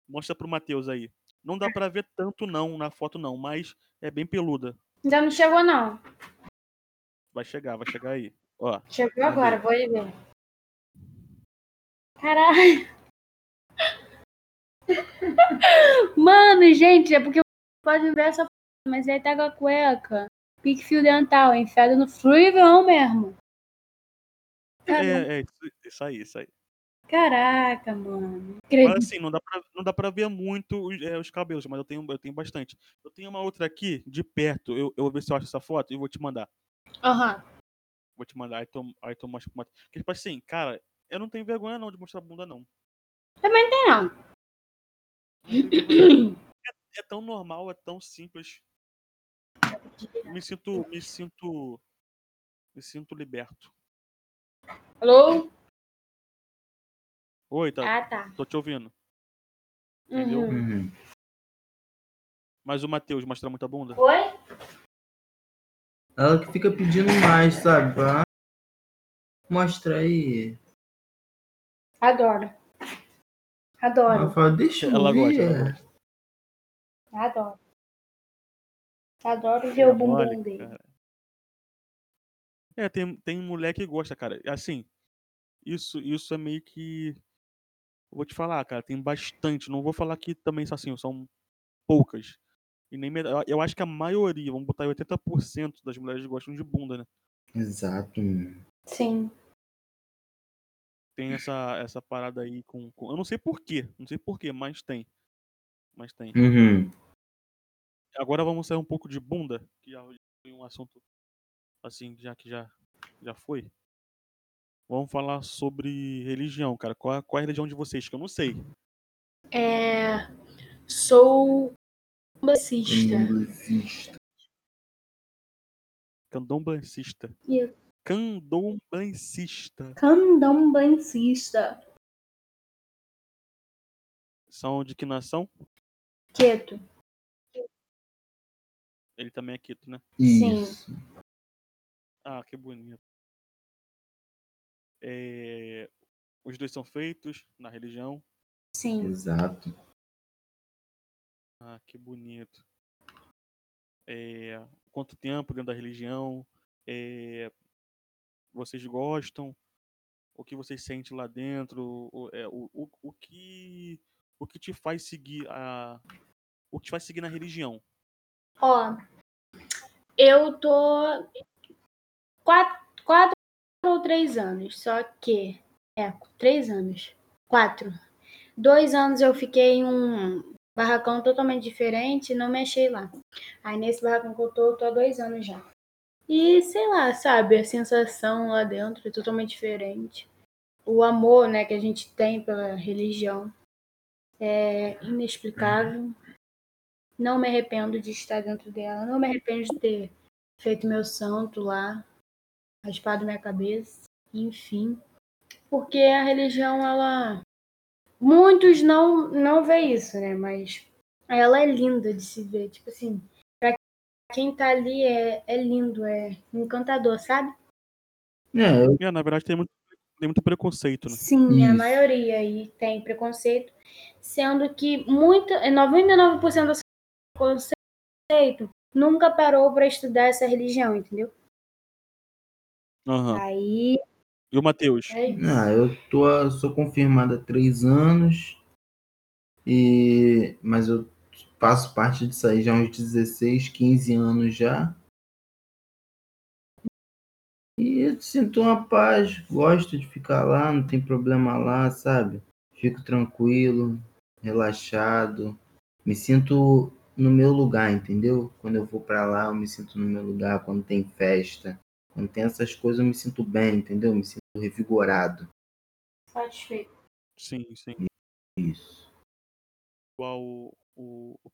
Speaker 1: Mostra pro Matheus aí. Não dá pra ver tanto não na foto não, mas é bem peluda.
Speaker 2: Ainda não chegou, não.
Speaker 1: Vai chegar, vai chegar aí. Ó,
Speaker 2: Chegou
Speaker 1: Cadê?
Speaker 2: agora, vou ir ver. Caralho. Mano, gente, é porque pode ver essa foto, mas ele tá com a cueca. Pique fio dental, enfiado no fluivel mesmo. Cara-
Speaker 1: é, é isso, isso aí, isso aí.
Speaker 2: Caraca, mano.
Speaker 1: Mas
Speaker 2: Acredito.
Speaker 1: assim, não dá pra, não dá pra ver muito os, é, os cabelos, mas eu tenho, eu tenho bastante. Eu tenho uma outra aqui, de perto. Eu, eu vou ver se eu acho essa foto e vou te mandar.
Speaker 2: Aham.
Speaker 1: Vou te mandar, aí tu, aí tu mostra pro Matheus. Porque, tipo assim, cara, eu não tenho vergonha não de mostrar a bunda, não.
Speaker 2: Também não tem, não.
Speaker 1: Não tenho vergonha. é, é tão normal, é tão simples. Me sinto, me sinto, me sinto liberto.
Speaker 2: Alô?
Speaker 1: Oi, tá,
Speaker 2: Ah, tá.
Speaker 1: tô te ouvindo. Entendeu?
Speaker 2: Uhum.
Speaker 3: Uhum.
Speaker 1: Mas o Matheus mostra muita bunda?
Speaker 2: Oi?
Speaker 3: Ela que fica pedindo mais, sabe? Ah, Mostra aí.
Speaker 2: Adoro. Adoro.
Speaker 3: Ela fala, deixa eu
Speaker 1: Ela gosta,
Speaker 3: ver.
Speaker 1: ela
Speaker 2: Adoro. Adoro ver o
Speaker 1: Mole,
Speaker 2: bumbum dele.
Speaker 1: cara. É, tem, tem mulher que gosta, cara. Assim, isso, isso é meio que. eu Vou te falar, cara, tem bastante. Não vou falar que também assim, são poucas. E nem me- eu acho que a maioria, vamos botar aí 80% das mulheres gostam de bunda, né?
Speaker 3: Exato, mano.
Speaker 2: Sim.
Speaker 1: Tem essa, essa parada aí com, com- Eu não sei porquê, não sei porquê, mas tem. Mas tem.
Speaker 3: Uhum.
Speaker 1: Agora vamos sair um pouco de bunda, que já foi um assunto assim, já que já, já foi. Vamos falar sobre religião, cara. Qual, é- qual é a religião de vocês? Que eu não sei.
Speaker 2: É. Sou. Bassista.
Speaker 3: Candomblessista.
Speaker 1: Candombancista.
Speaker 2: Isso.
Speaker 1: Candombancista.
Speaker 2: Candombancista.
Speaker 1: São de que nação?
Speaker 2: Quieto.
Speaker 1: Ele também é quito, né?
Speaker 2: Sim.
Speaker 3: Isso.
Speaker 1: Ah, que bonito. É, Os dois são feitos na religião.
Speaker 2: Sim.
Speaker 3: Exato.
Speaker 1: Ah, que bonito. É, Quanto tempo dentro da religião? É, Vocês gostam? O que vocês sentem lá dentro? O, é, o, o, o que o que te faz seguir a o que te faz seguir na religião?
Speaker 2: Ó. Eu tô. Quatro, quatro ou três anos. Só que. É, três anos. Quatro. Dois anos eu fiquei em um barracão totalmente diferente e não mexi lá. Aí nesse barracão que eu tô, eu tô há dois anos já. E sei lá, sabe? A sensação lá dentro é totalmente diferente. O amor, né, que a gente tem pela religião é inexplicável. Não me arrependo de estar dentro dela. Não me arrependo de ter feito meu santo lá, raspado minha cabeça, enfim. Porque a religião, ela. Muitos não, não vê isso, né? Mas ela é linda de se ver. Tipo assim, pra quem tá ali é, é lindo, é encantador, sabe?
Speaker 3: É, eu-
Speaker 1: É, na verdade tem muito, tem muito preconceito, né?
Speaker 2: Sim, a
Speaker 3: Isso.
Speaker 2: maioria aí tem preconceito, sendo que muita, é 99% desse preconceito nunca parou para estudar essa religião, entendeu?
Speaker 1: Aham.
Speaker 2: Aí
Speaker 1: E o Matheus?
Speaker 2: é isso.
Speaker 3: ah, eu tô, sou confirmado há três anos. E, mas eu faço parte disso aí já há uns 16, 15 anos já. E eu sinto uma paz, gosto de ficar lá, não tem problema lá, sabe? Fico tranquilo, relaxado, me sinto no meu lugar, entendeu? Quando eu vou pra lá, eu me sinto no meu lugar, quando tem festa, quando tem essas coisas, eu me sinto bem, entendeu? Me sinto revigorado. é.
Speaker 2: Satisfeito.
Speaker 1: Sim, sim.
Speaker 3: Isso.
Speaker 1: igual o, o- o-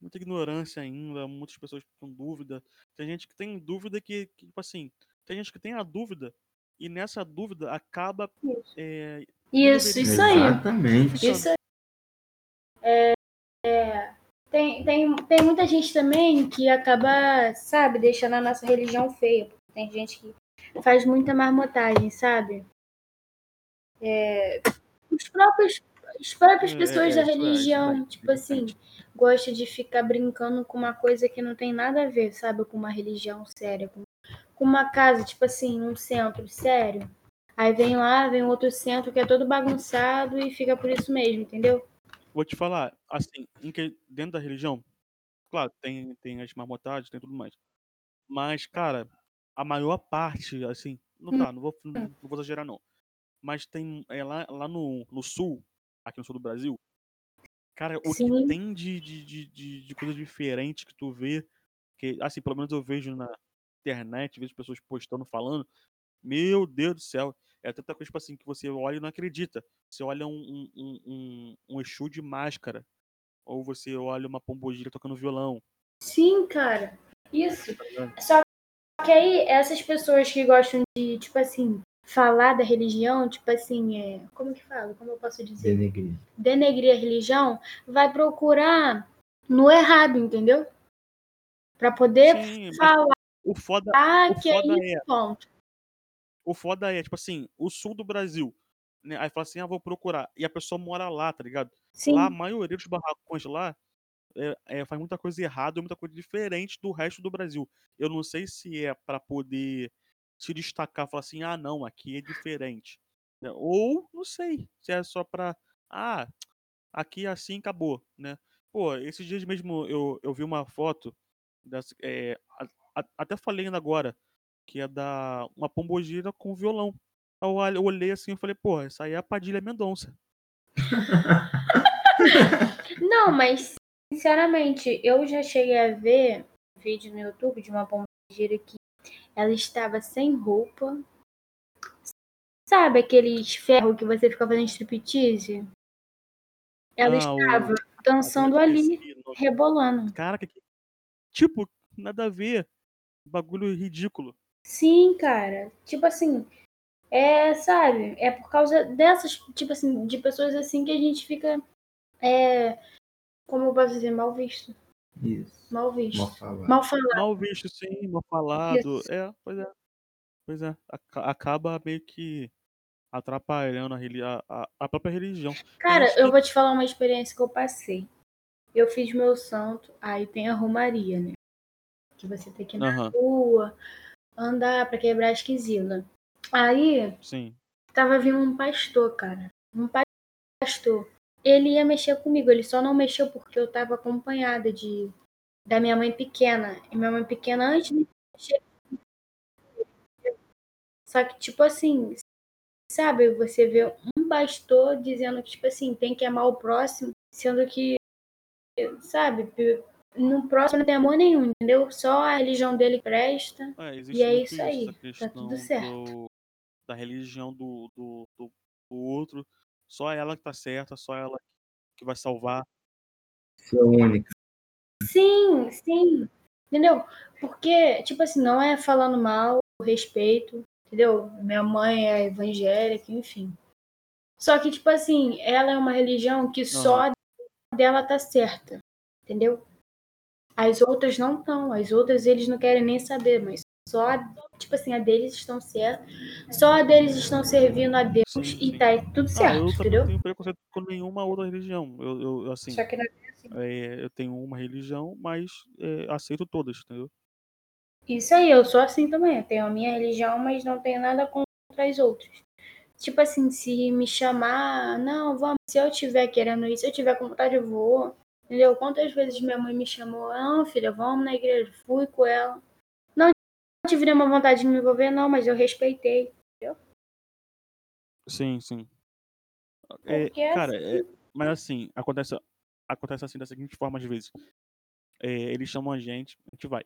Speaker 1: muita ignorância ainda, muitas pessoas com dúvida. Tem gente que tem dúvida que, que, tipo assim, tem gente que tem a dúvida e nessa dúvida acaba
Speaker 2: Isso.
Speaker 1: é,
Speaker 2: Isso, isso aí.
Speaker 3: Exatamente.
Speaker 2: Isso aí. É, é, tem, tem, tem muita gente também que acaba, sabe, deixando a nossa religião feia. porque Tem gente que faz muita marmotagem, sabe? É, os próprios, as próprias
Speaker 1: É,
Speaker 2: pessoas
Speaker 1: é, isso
Speaker 2: da
Speaker 1: é, isso é
Speaker 2: religião, tipo assim,
Speaker 3: importante.
Speaker 2: gosta de ficar brincando com uma coisa que não tem nada a ver, sabe, com uma religião séria, com, com uma casa, tipo assim, um centro sério. Aí vem lá, vem outro centro que é todo bagunçado e fica por isso mesmo, entendeu?
Speaker 1: vou te falar, assim, em que- dentro da religião, claro, tem, tem as marmotagens, tem tudo mais. Mas, cara, a maior parte, assim, não tá, não vou, não, não vou exagerar não. Mas tem, é lá, lá no, no sul, aqui no sul do Brasil, cara, o que
Speaker 2: Sim.
Speaker 1: tem de, de, de, de, de coisa diferente que tu vê, que, assim, pelo menos eu vejo na internet, vejo pessoas postando, falando, meu Deus do céu, é tanta coisa, tipo assim, que você olha e não acredita. Você olha um, um, um, um, um Exu de máscara, ou você olha uma pombogira tocando violão.
Speaker 2: Sim, cara. Isso.
Speaker 1: ligado?
Speaker 2: Só que aí, essas pessoas que gostam de, tipo assim, falar da religião, tipo assim, é... como que fala? Como eu posso dizer?
Speaker 3: Denegrir.
Speaker 2: Denegrir a religião, vai procurar no errado, entendeu? Pra poder
Speaker 1: Sim, mas
Speaker 2: falar
Speaker 1: o foda, o
Speaker 2: que é
Speaker 1: foda
Speaker 2: isso,
Speaker 1: é,
Speaker 2: bom.
Speaker 1: o foda é, tipo assim, o sul do Brasil, né? Aí fala assim, ah, vou procurar. E a pessoa mora lá, tá ligado?
Speaker 2: Sim,
Speaker 1: Lá, a maioria dos barracões lá é, é, faz muita coisa errada, muita coisa diferente do resto do Brasil. Eu não sei se é pra poder se destacar, falar assim, ah, não, aqui é diferente. né, Ou, não sei, se é só pra, ah, aqui é assim, acabou, né? Pô, esses dias mesmo eu, eu vi uma foto, dessa, é, a- a- até falei ainda agora, que é da uma pombogira com violão. Aí Eu, olhe- eu olhei assim e falei, porra, essa aí é a Padilha Mendonça.
Speaker 2: Não, mas, sinceramente, eu já cheguei a ver um vídeo no YouTube de uma bombeira que ela estava sem roupa. Sabe aqueles ferros que você fica fazendo striptease? Ela
Speaker 1: Ah, o-
Speaker 2: estava dançando ali,
Speaker 1: Esqueci o nome.
Speaker 2: rebolando.
Speaker 1: Caraca, que... tipo, nada a ver. Bagulho ridículo.
Speaker 2: Sim, cara. Tipo assim, é, sabe? É por causa dessas, tipo assim, de pessoas assim que a gente fica, é, como eu posso dizer, mal visto.
Speaker 3: Isso.
Speaker 2: Mal
Speaker 3: Mal
Speaker 2: visto.
Speaker 3: falado.
Speaker 2: Mal falado.
Speaker 1: Mal visto, sim, mal falado.
Speaker 2: assim
Speaker 1: É, pois é. Pois é. Aca- Acaba meio que atrapalhando a, reli- a- a- a própria religião.
Speaker 2: Cara,
Speaker 1: Acho que-
Speaker 2: eu vou te falar uma experiência que eu passei. Eu fiz meu santo, aí tem a romaria, né? Que você tem que ir na
Speaker 1: Aham,
Speaker 2: rua, andar pra quebrar a esquisila. Aí
Speaker 1: sim.
Speaker 2: tava vindo um pastor, cara. Um pa- pastor. Ele ia mexer comigo, ele só não mexeu porque eu tava acompanhada de da minha mãe pequena. E minha mãe pequena antes de mexer. Só que, tipo assim, sabe, você vê um pastor dizendo que, tipo assim, tem que amar o próximo, sendo que, sabe, pe- no próximo não tem amor nenhum, entendeu? Só a religião dele presta.
Speaker 1: É, existe
Speaker 2: E é
Speaker 1: muito
Speaker 2: isso aí,
Speaker 1: essa
Speaker 2: tá tudo
Speaker 1: questão
Speaker 2: certo.
Speaker 1: do- da religião do, do, do- do outro. Só ela que tá certa, só ela que vai salvar. Ah,
Speaker 3: Você é única.
Speaker 2: Sim, sim. Entendeu? Porque, tipo assim, não é falando mal, eu respeito, entendeu? Minha mãe é evangélica, enfim. Só que, tipo assim, ela é uma religião que só a dela tá certa, entendeu? As outras não estão, as outras eles não querem nem saber, mas só, a- tipo assim, a deles estão certa, só a deles estão servindo a Deus
Speaker 1: Sim,
Speaker 2: e
Speaker 1: sim.
Speaker 2: tá tudo
Speaker 1: ah,
Speaker 2: certo,
Speaker 1: eu também
Speaker 2: entendeu?
Speaker 1: não tenho preconceito com nenhuma outra religião. Eu, eu, assim,
Speaker 2: Só que na
Speaker 1: é, eu tenho uma religião, mas é, aceito todas, entendeu?
Speaker 2: Isso aí, eu sou assim também. Eu tenho a minha religião, mas não tenho nada contra as outras. Tipo assim, se me chamar, não, vamos. Se eu tiver querendo isso, se eu tiver com vontade, eu vou. Entendeu? Quantas vezes minha mãe me chamou, não, filha, vamos na igreja. Fui com ela. Não tive nenhuma vontade de me envolver, não, mas eu respeitei.
Speaker 1: Sim, sim. É,
Speaker 2: Porque é
Speaker 1: cara, é- mas assim, acontece, acontece assim da seguinte forma às vezes. É, eles chamam a gente, a gente vai.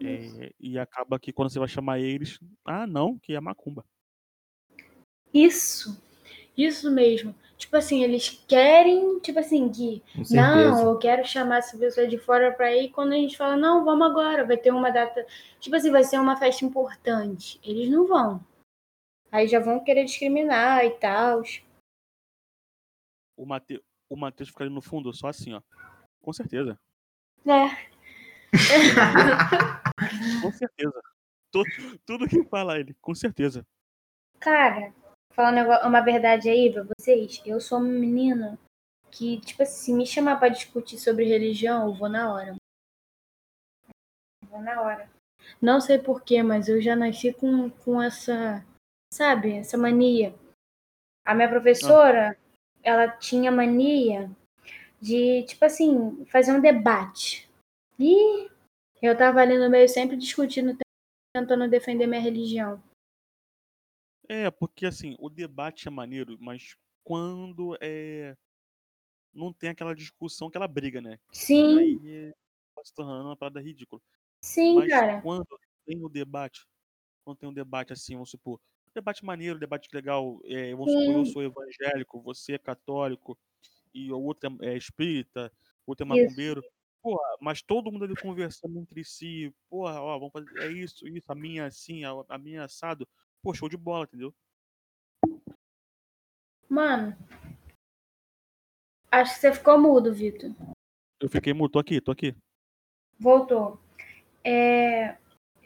Speaker 1: É, e acaba que quando você vai chamar eles, ah não, que é macumba.
Speaker 2: Isso. Isso mesmo. Tipo assim, eles querem, tipo assim, que
Speaker 3: Com certeza.
Speaker 2: Não, eu quero chamar essa pessoa de fora pra ir. Quando a gente fala, não, vamos agora, vai ter uma data. Tipo assim, vai ser uma festa importante. Eles não vão. Aí já vão querer discriminar e tal.
Speaker 1: O Mateus, o Mateus fica ali no fundo, só assim, ó. Com certeza.
Speaker 2: É.
Speaker 1: Com certeza. Tu- tudo que fala ele, com certeza.
Speaker 2: Cara, falando agora uma verdade aí pra vocês, eu sou uma menina que, tipo assim, se me chamar pra discutir sobre religião, eu vou na hora. Eu Vou na hora. Não sei porquê, mas eu já nasci com, com essa, sabe, essa mania. A minha professora, ela tinha mania de, tipo assim, fazer um debate. E eu tava ali no meio sempre discutindo, tentando defender minha religião.
Speaker 1: É, porque assim, o debate é maneiro, mas quando é. Não tem aquela discussão, aquela briga, né?
Speaker 2: Sim.
Speaker 1: Aí é, tá se tornando uma parada ridícula.
Speaker 2: Sim,
Speaker 1: Mas
Speaker 2: cara.
Speaker 1: quando tem um debate, quando tem um debate assim, vamos supor, um debate maneiro, um debate legal, é, vamos supor, eu
Speaker 2: Sim.
Speaker 1: sou evangélico, você é católico, e o outro é é espírita, o outro é
Speaker 2: Isso.
Speaker 1: macumbeiro. Porra, mas todo mundo ali conversando entre si, porra, ó, vamos fazer, é isso, isso, a minha é assim, a, a minha é assado. Pô, show de bola, entendeu?
Speaker 2: Mano, acho que você ficou mudo, Vitor.
Speaker 1: Eu fiquei, mu- tô aqui, tô aqui.
Speaker 2: Voltou. É,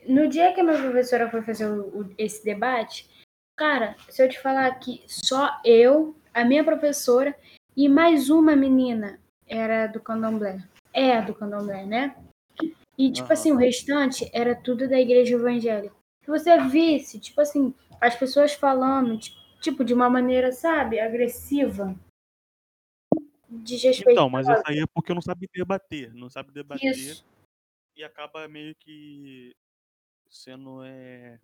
Speaker 2: No dia que a minha professora foi fazer o- o- esse debate, cara, se eu te falar que só eu, a minha professora e mais uma menina era do candomblé. É do candomblé, né? E, tipo
Speaker 1: Aham.
Speaker 2: assim, o restante era tudo da igreja evangélica. Se você visse, tipo assim, as pessoas falando, ti- tipo, de uma maneira, sabe, agressiva,
Speaker 4: desrespeitosa.
Speaker 1: Então, mas isso aí é porque não sabe debater. Não sabe debater
Speaker 4: Isso.
Speaker 1: e acaba meio que sendo. É...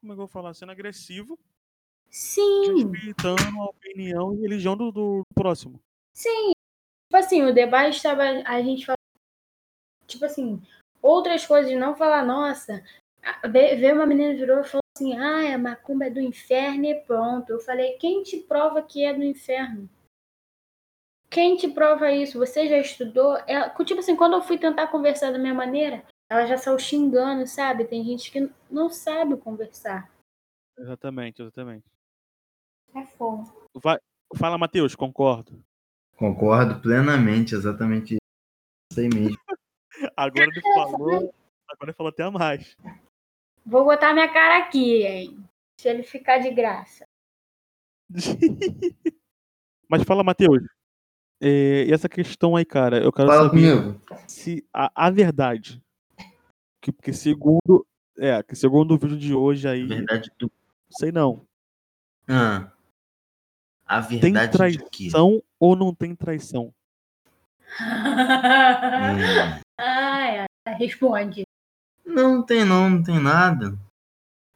Speaker 1: Como é que eu vou falar? Sendo agressivo,
Speaker 4: Sim.
Speaker 1: respeitando a opinião e religião do, do próximo.
Speaker 4: Sim.
Speaker 2: Tipo assim, o debate estava. A gente fala. Tipo assim, outras coisas, não falar, nossa. a- ve- Veio uma menina virou e falou assim: ah, a macumba é do inferno e pronto. Eu falei: quem te prova que é do inferno? Quem te prova isso? Você já estudou? Ela, tipo assim, quando eu fui tentar conversar da minha maneira, ela já saiu xingando, sabe? Tem gente que não sabe conversar.
Speaker 1: Exatamente, exatamente.
Speaker 4: É fogo.
Speaker 1: Vai- Fala, Matheus, concordo.
Speaker 3: Concordo plenamente, exatamente isso. Isso aí mesmo.
Speaker 1: Agora ele falou. Agora ele falou até a mais.
Speaker 2: Vou botar minha cara aqui, hein?
Speaker 4: Se ele ficar de graça.
Speaker 1: Mas fala, Matheus. é, e essa questão aí, cara, eu quero
Speaker 3: Fala
Speaker 1: saber.
Speaker 3: comigo.
Speaker 1: se a, a verdade que porque segundo é que segundo o vídeo de hoje aí
Speaker 3: Verdade do.
Speaker 1: sei não
Speaker 3: Ah, a
Speaker 1: tem
Speaker 3: verdade de quê?
Speaker 1: traição ou não tem traição
Speaker 3: É.
Speaker 2: Ai, ai, responde.
Speaker 3: Não tem não, não tem nada.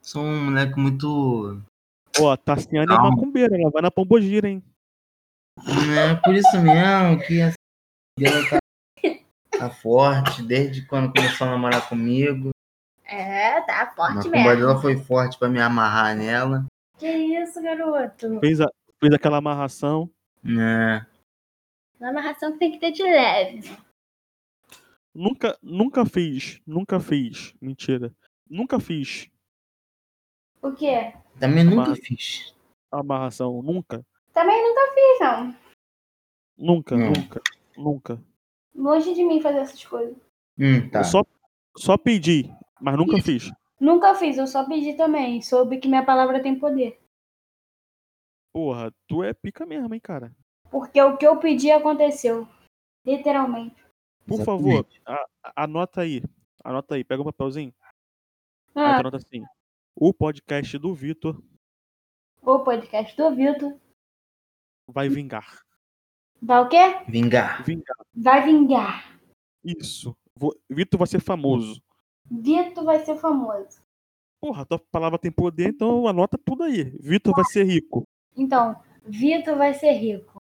Speaker 3: Sou um moleque muito.
Speaker 1: ó Tassiane é
Speaker 3: Não.
Speaker 1: macumbeira ela vai na pombogira hein
Speaker 3: É por isso mesmo que essa dela tá, tá forte desde quando começou a namorar comigo.
Speaker 4: É, tá
Speaker 3: A
Speaker 4: forte
Speaker 3: macumba
Speaker 4: mesmo.
Speaker 3: dela foi forte pra me amarrar nela.
Speaker 4: Que isso, garoto?
Speaker 1: fez, a, fez aquela amarração
Speaker 3: né?
Speaker 4: Uma amarração que tem que ter de leve.
Speaker 1: nunca nunca fez nunca fez mentira nunca fiz
Speaker 4: O quê?
Speaker 3: Também nunca
Speaker 1: Mas-
Speaker 3: fiz.
Speaker 1: amarração nunca
Speaker 4: Também nunca fiz, não.
Speaker 1: nunca
Speaker 3: Não.
Speaker 1: nunca nunca
Speaker 4: Longe de mim fazer essas coisas.
Speaker 3: Hum, tá.
Speaker 1: eu só só pedi mas nunca fiz
Speaker 4: Nunca fiz, eu só pedi também. Soube que minha palavra tem poder.
Speaker 1: porra tu é pica mesmo hein cara
Speaker 4: Porque o que eu pedi aconteceu. Literalmente.
Speaker 1: Por favor,
Speaker 3: Exatamente.
Speaker 1: a- a- anota aí. Anota aí, pega um papelzinho. Aí tu
Speaker 4: Ah,
Speaker 1: anota assim. O podcast do Vitor
Speaker 4: o podcast do Vitor.
Speaker 1: vai vingar.
Speaker 4: Vai o quê?
Speaker 3: Vingar.
Speaker 1: Vingar.
Speaker 4: Vai vingar.
Speaker 1: Isso. Vo- Vitor vai ser famoso.
Speaker 4: Vitor vai ser famoso.
Speaker 1: Porra, tua palavra tem poder, então anota tudo aí. Vitor vai ser rico.
Speaker 4: Então, Vitor vai ser rico.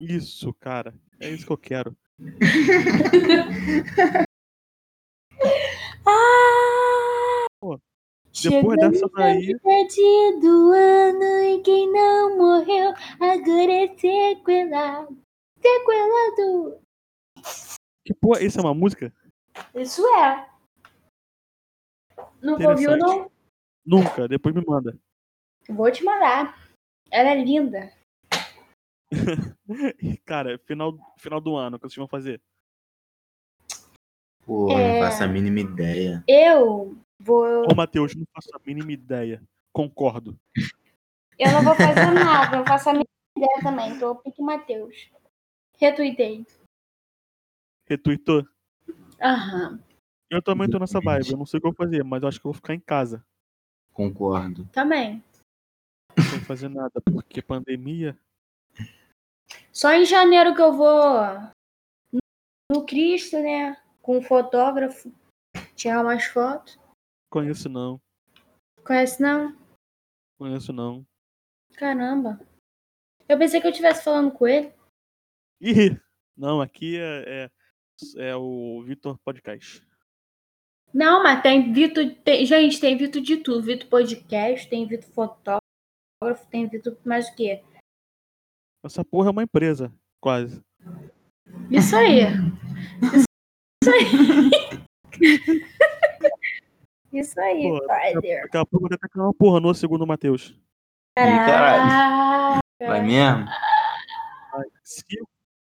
Speaker 1: Isso, cara. É isso que eu quero.
Speaker 4: Ah!
Speaker 1: Pô,
Speaker 4: Chegou
Speaker 1: Depois dessa daí,
Speaker 4: do ano e quem não morreu agora é sequelado. Sequelado.
Speaker 1: que porra, isso é uma música?
Speaker 4: Isso é. Nunca ouviu, não?
Speaker 1: Nunca, depois me manda.
Speaker 4: Vou te mandar. Ela é linda.
Speaker 1: E, Cara, é final, final do ano, o que vocês vão fazer?
Speaker 3: Pô,
Speaker 4: É.
Speaker 3: não faço a mínima ideia.
Speaker 4: Eu vou.
Speaker 1: Ô, Matheus, não faço a mínima ideia. Concordo.
Speaker 4: Eu não vou fazer nada. Eu faço a minha ideia também. Tô pique Matheus. Retuitei.
Speaker 1: Retweetou?
Speaker 4: Aham.
Speaker 1: Eu também tô nessa vibe. Eu não sei o que eu vou fazer, mas eu acho que eu vou ficar em casa.
Speaker 3: Concordo.
Speaker 4: Também.
Speaker 1: sem fazer nada, porque pandemia.
Speaker 4: Só em janeiro que eu vou no- no Cristo, né? Com um fotógrafo. Tirar umas fotos.
Speaker 1: Conheço não,
Speaker 4: Conhece não?
Speaker 1: conheço não.
Speaker 4: Caramba. Eu pensei que eu estivesse falando com ele.
Speaker 1: Ih, não, aqui é, é, é o Vitor Podcast.
Speaker 2: Não, mas tem Vitor. tem- gente, tem Vitor de tudo. Vitor podcast, tem Vitor fotógrafo, tem Vitor mais o quê?
Speaker 1: Essa porra é uma empresa, quase.
Speaker 2: Isso aí.
Speaker 4: Isso aí,
Speaker 1: Pô, tá
Speaker 4: brother.
Speaker 1: Daqui a pouco vai tacar uma porra no segundo o Matheus.
Speaker 3: Ih, caralho.
Speaker 4: É.
Speaker 3: Vai mesmo?
Speaker 1: Se-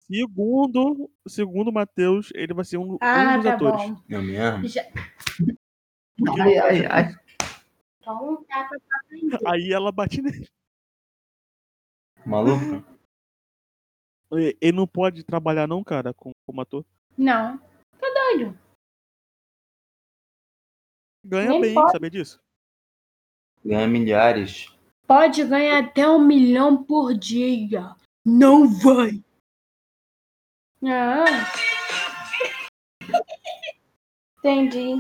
Speaker 1: Segundo, segundo o Matheus, ele vai ser um, um
Speaker 2: Ah,
Speaker 1: dos
Speaker 2: tá
Speaker 1: atores.
Speaker 2: bom.
Speaker 3: É mesmo?
Speaker 2: Já-
Speaker 3: Ai, ai, ai.
Speaker 4: Toma
Speaker 2: Então,
Speaker 4: um
Speaker 2: tá,
Speaker 4: tapa.
Speaker 1: Aí ela bate nele.
Speaker 3: Maluco?
Speaker 1: E- Ele não pode trabalhar, não, cara, com- como ator.
Speaker 2: Não. Tá
Speaker 1: Ganha
Speaker 4: Nem
Speaker 1: bem,
Speaker 4: pode.
Speaker 1: sabia disso?
Speaker 3: Ganha milhares.
Speaker 2: Pode ganhar até um milhão por dia. Não vai!
Speaker 5: Não.
Speaker 2: Ah.
Speaker 5: Entendi.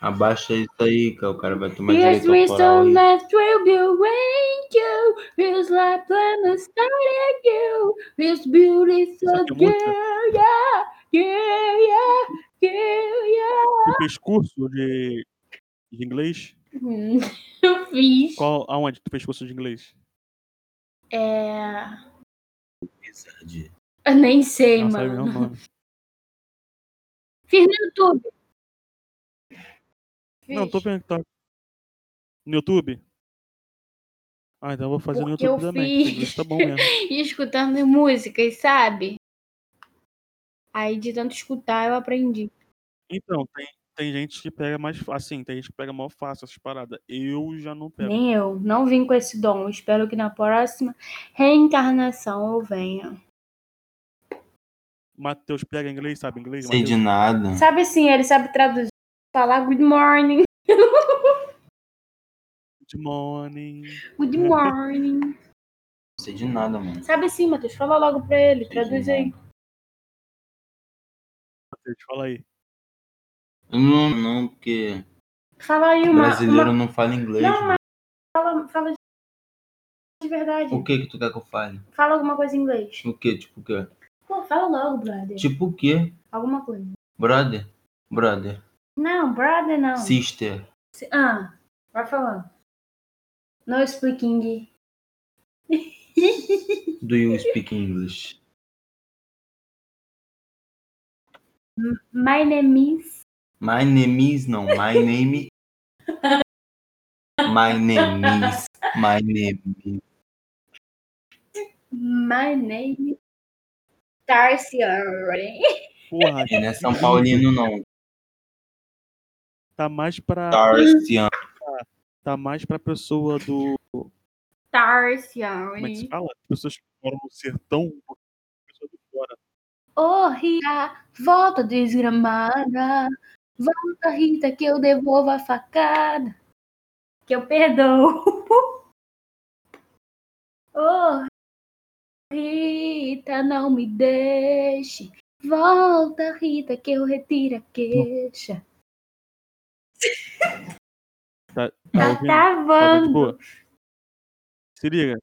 Speaker 3: Abaixa isso aí, que o cara vai tomar
Speaker 1: é
Speaker 5: Here's
Speaker 3: direito
Speaker 5: me
Speaker 3: autoral.
Speaker 5: some
Speaker 3: aí.
Speaker 5: that will be when you feels like I'm starting you this beautiful
Speaker 1: Essa é
Speaker 5: girl,
Speaker 1: música-
Speaker 5: yeah, yeah, yeah, yeah, yeah.
Speaker 1: Tu fez curso de, de inglês?
Speaker 2: Hum, Eu fiz.
Speaker 1: Qual, aonde tu fez curso de inglês?
Speaker 2: É.
Speaker 3: Amizade.
Speaker 2: Eu nem sei,
Speaker 1: Não Ah, sabe
Speaker 2: mano.
Speaker 1: mesmo o nome.
Speaker 2: Fiz no YouTube.
Speaker 1: Não, tô perguntando. No YouTube? Ah, então eu vou fazer
Speaker 2: Porque
Speaker 1: no
Speaker 2: eu
Speaker 1: YouTube também.
Speaker 2: fiz.
Speaker 1: que Inglês tá bom mesmo.
Speaker 2: E escutando músicas, sabe? Aí de tanto escutar eu aprendi.
Speaker 1: Então, tem, tem gente que pega mais fácil. Assim, tem gente que pega mal fácil essas paradas. Eu já não
Speaker 3: É.
Speaker 1: pego.
Speaker 2: Nem eu. Não vim com esse dom. Espero que na próxima reencarnação eu venha.
Speaker 3: Hum.
Speaker 1: Matheus pega inglês, sabe inglês?
Speaker 3: Sei de
Speaker 1: Matheus?
Speaker 3: nada.
Speaker 2: Sabe assim, ele sabe traduzir. Falar good morning.
Speaker 1: Good morning.
Speaker 2: Good morning.
Speaker 3: Sei de nada, mano.
Speaker 2: sabe assim, Matheus. Fala logo pra ele.
Speaker 3: Sei de
Speaker 2: Traduz aí.
Speaker 3: nada.
Speaker 1: Matheus, fala aí.
Speaker 3: Eu Não, não, porque
Speaker 2: Fala aí uma.
Speaker 3: brasileiro
Speaker 2: uma-
Speaker 3: não fala inglês.
Speaker 2: Não,
Speaker 3: mano.
Speaker 2: mas fala, fala de- de verdade.
Speaker 3: O que que tu quer que eu fale?
Speaker 2: Fala alguma coisa em inglês.
Speaker 3: O que? Tipo o quê?
Speaker 2: Pô, fala logo, brother.
Speaker 3: Tipo o quê?
Speaker 2: Alguma coisa.
Speaker 3: Brother? Brother.
Speaker 2: Não, brother não.
Speaker 3: Sister.
Speaker 2: Se- Ah, vai falando. No speaking.
Speaker 3: Do you speak English?
Speaker 2: My name is.
Speaker 3: My name is, não. My name My name is. My name is.
Speaker 2: My name is. Tarciane.
Speaker 1: Porra,
Speaker 3: Ele não é São Paulino, não.
Speaker 1: tá mais pra,
Speaker 3: Tarcian.
Speaker 1: tá mais pra pessoa do. Como é que se
Speaker 2: Tarciane.
Speaker 1: fala? As pessoas que moram no sertão. pessoa de fora.
Speaker 2: Ô, Rita, volta desgramada. Volta, Rita, que eu devolvo a facada. Que eu perdoo. Ô, Rita, não me deixe. Volta, Rita, que eu retiro a queixa.
Speaker 1: Tá
Speaker 2: Tá
Speaker 1: ouvindo? Tá de
Speaker 2: travando.
Speaker 1: boa? Se liga.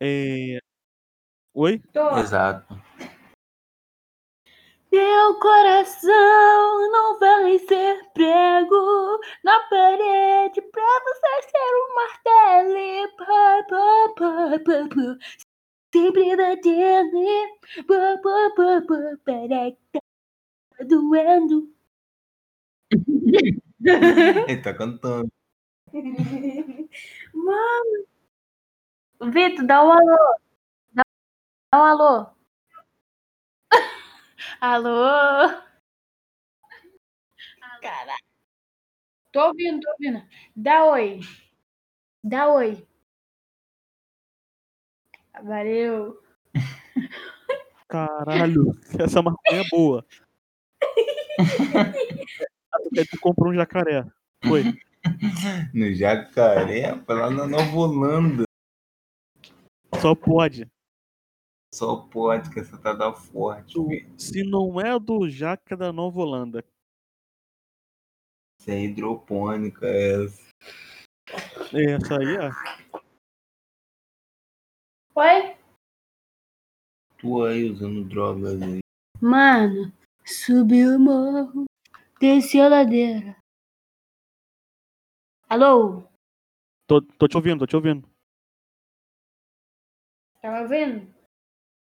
Speaker 1: É... Oi?
Speaker 3: Exato.
Speaker 2: Meu coração não vai ser prego na parede pra você ser um martelo. Pá, pá, pá, pá, pá. Sempre da dele. Pá, pá, pá, pá. Peraí, que tá doendo.
Speaker 3: Ele tá cantando.
Speaker 2: Mano. Vitor, dá um alô. Dá, dá um alô. alô. Caraca. Tô ouvindo, tô ouvindo. Dá oi. Dá oi. Valeu.
Speaker 1: Caralho, essa maconha é boa. Aí tu comprou um jacaré. Foi.
Speaker 3: No jacaré, foi lá na Nova Holanda.
Speaker 1: Só pode.
Speaker 3: Só pode, que essa tá da forte.
Speaker 1: Do-
Speaker 3: filho.
Speaker 1: Se não é do Jaca da Nova Holanda.
Speaker 3: Isso é hidropônica, essa.
Speaker 1: É Essa aí, ó.
Speaker 2: Oi?
Speaker 3: Tu aí usando drogas né? aí.
Speaker 2: Mano, subiu o morro, desceu a ladeira. Alô?
Speaker 1: Tô, tô te ouvindo, tô te ouvindo.
Speaker 2: Tá me ouvindo?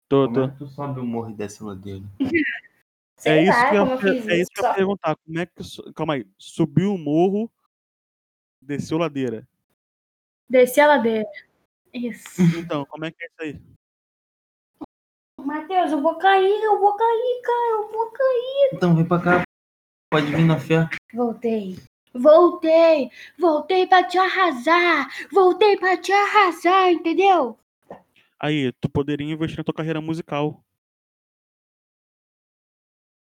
Speaker 1: Tô,
Speaker 3: Como
Speaker 1: tô.
Speaker 3: é que tu sobe o morro e desce a ladeira?
Speaker 1: É
Speaker 2: Sei
Speaker 1: isso
Speaker 2: lá
Speaker 1: que eu,
Speaker 2: como eu fiz
Speaker 1: é isso que eu
Speaker 2: só-
Speaker 1: ia perguntar. Como é que. su- Calma aí. Subiu o morro, desceu ladeira.
Speaker 2: Desci a ladeira. Isso.
Speaker 1: Então, como é que é isso aí? Uhum.
Speaker 2: Matheus, eu vou cair, eu vou cair, cara, eu vou cair.
Speaker 3: Então vem pra cá. Pode vir na fé.
Speaker 2: Voltei. Voltei. Voltei pra te arrasar. Voltei pra te arrasar, entendeu?
Speaker 1: Aí, tu poderia investir na tua carreira musical.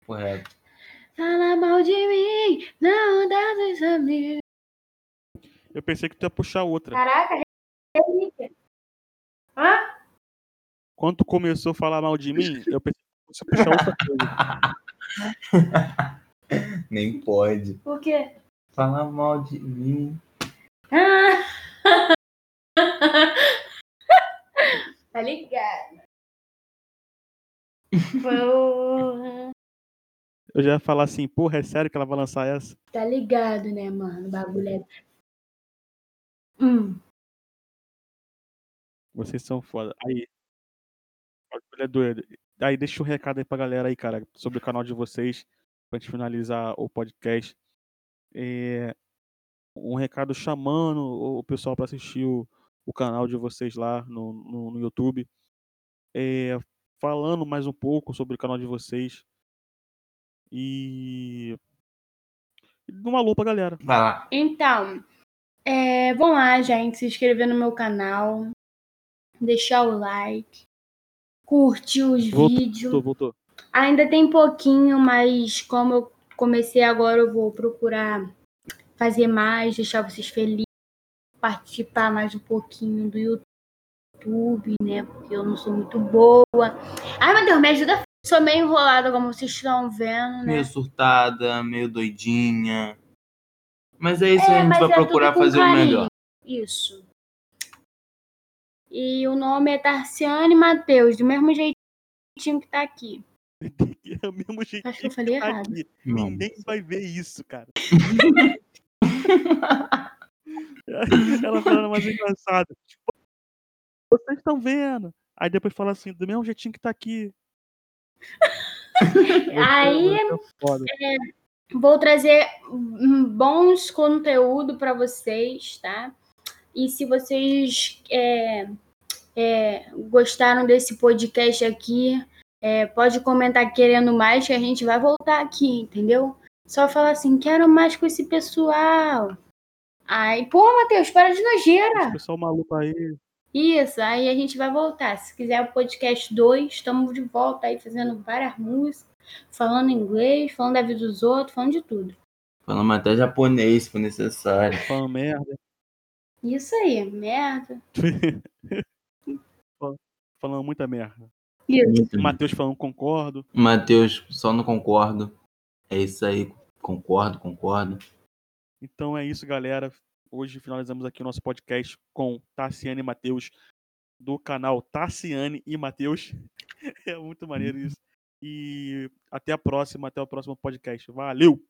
Speaker 3: Correto.
Speaker 2: Fala mal de mim, não dá dois amigos.
Speaker 1: Eu pensei que tu ia puxar outra.
Speaker 2: Caraca, relíquia. Hã?
Speaker 1: Quando tu começou a falar mal de mim, eu pensei que fosse puxar outra coisa.
Speaker 3: Nem pode.
Speaker 4: Por quê?
Speaker 3: Falar mal de mim.
Speaker 4: Ah! tá ligado. Porra.
Speaker 1: Eu já ia falar assim, porra, é sério que ela vai lançar essa?
Speaker 2: Tá ligado, né, mano? O bagulho é. Hum.
Speaker 1: Vocês são foda. Aí. o bagulho é doido. Aí deixa um recado aí pra galera aí, cara, sobre o canal de vocês, pra gente finalizar o podcast. É, um recado chamando o o pessoal pra assistir o, o canal de vocês lá no, no, no YouTube. É, falando mais um pouco sobre o canal de vocês. E. e dando um alô pra galera.
Speaker 3: Vai lá.
Speaker 2: Então, é, vão lá, gente, se inscrever no meu canal, deixar o like, curtir os
Speaker 1: Voltou,
Speaker 2: vídeos.
Speaker 1: Voltou, voltou.
Speaker 2: Ainda tem pouquinho, mas como eu comecei agora, eu vou procurar fazer mais, deixar vocês felizes, participar mais um pouquinho do YouTube, né? Porque eu não sou muito boa. Ai, meu Deus, me ajuda. Sou meio enrolada, como vocês estão vendo, né?
Speaker 3: Meio surtada, meio doidinha. Mas é isso,
Speaker 2: É,
Speaker 3: a gente
Speaker 2: mas
Speaker 3: vai
Speaker 2: é tudo
Speaker 3: procurar
Speaker 2: com
Speaker 3: fazer o
Speaker 2: carinho.
Speaker 3: melhor.
Speaker 2: Isso. E o nome é Tarciane Matheus, do mesmo jeitinho que tá aqui.
Speaker 1: É o mesmo jeito
Speaker 2: Acho que eu falei
Speaker 1: tá
Speaker 2: errado.
Speaker 1: aqui.
Speaker 3: Não.
Speaker 1: Ninguém vai ver isso, cara. Ela falando mais engraçado. Tipo, Vocês estão vendo. Aí depois fala assim, do mesmo jeitinho que tá aqui. Você-
Speaker 2: Aí-
Speaker 1: você é foda.
Speaker 2: Vou trazer hum, bons conteúdo para vocês, tá? E se vocês é, é, gostaram desse podcast aqui, é, pode comentar querendo mais que a gente vai voltar aqui, entendeu? Só falar assim, quero mais com esse pessoal. Ai, pô, Matheus, para de nojeira.
Speaker 1: Esse pessoal maluco aí.
Speaker 2: Isso, aí a gente vai voltar. Se quiser o podcast 2, estamos de volta aí fazendo várias músicas, falando inglês, falando da vida dos outros, falando de tudo.
Speaker 3: Falamos até japonês, se for necessário.
Speaker 1: Falando merda.
Speaker 2: Isso aí, merda.
Speaker 1: Falando muita merda.
Speaker 2: Isso.
Speaker 3: Uhum.
Speaker 1: Matheus falando concordo.
Speaker 3: Matheus, só não concordo. É isso aí. Concordo, concordo.
Speaker 1: Então é isso, galera. Hoje finalizamos aqui o nosso podcast com Tassiane e Matheus, do canal Tassiane e Matheus. É muito maneiro isso. E até a próxima, até o próximo podcast. Valeu!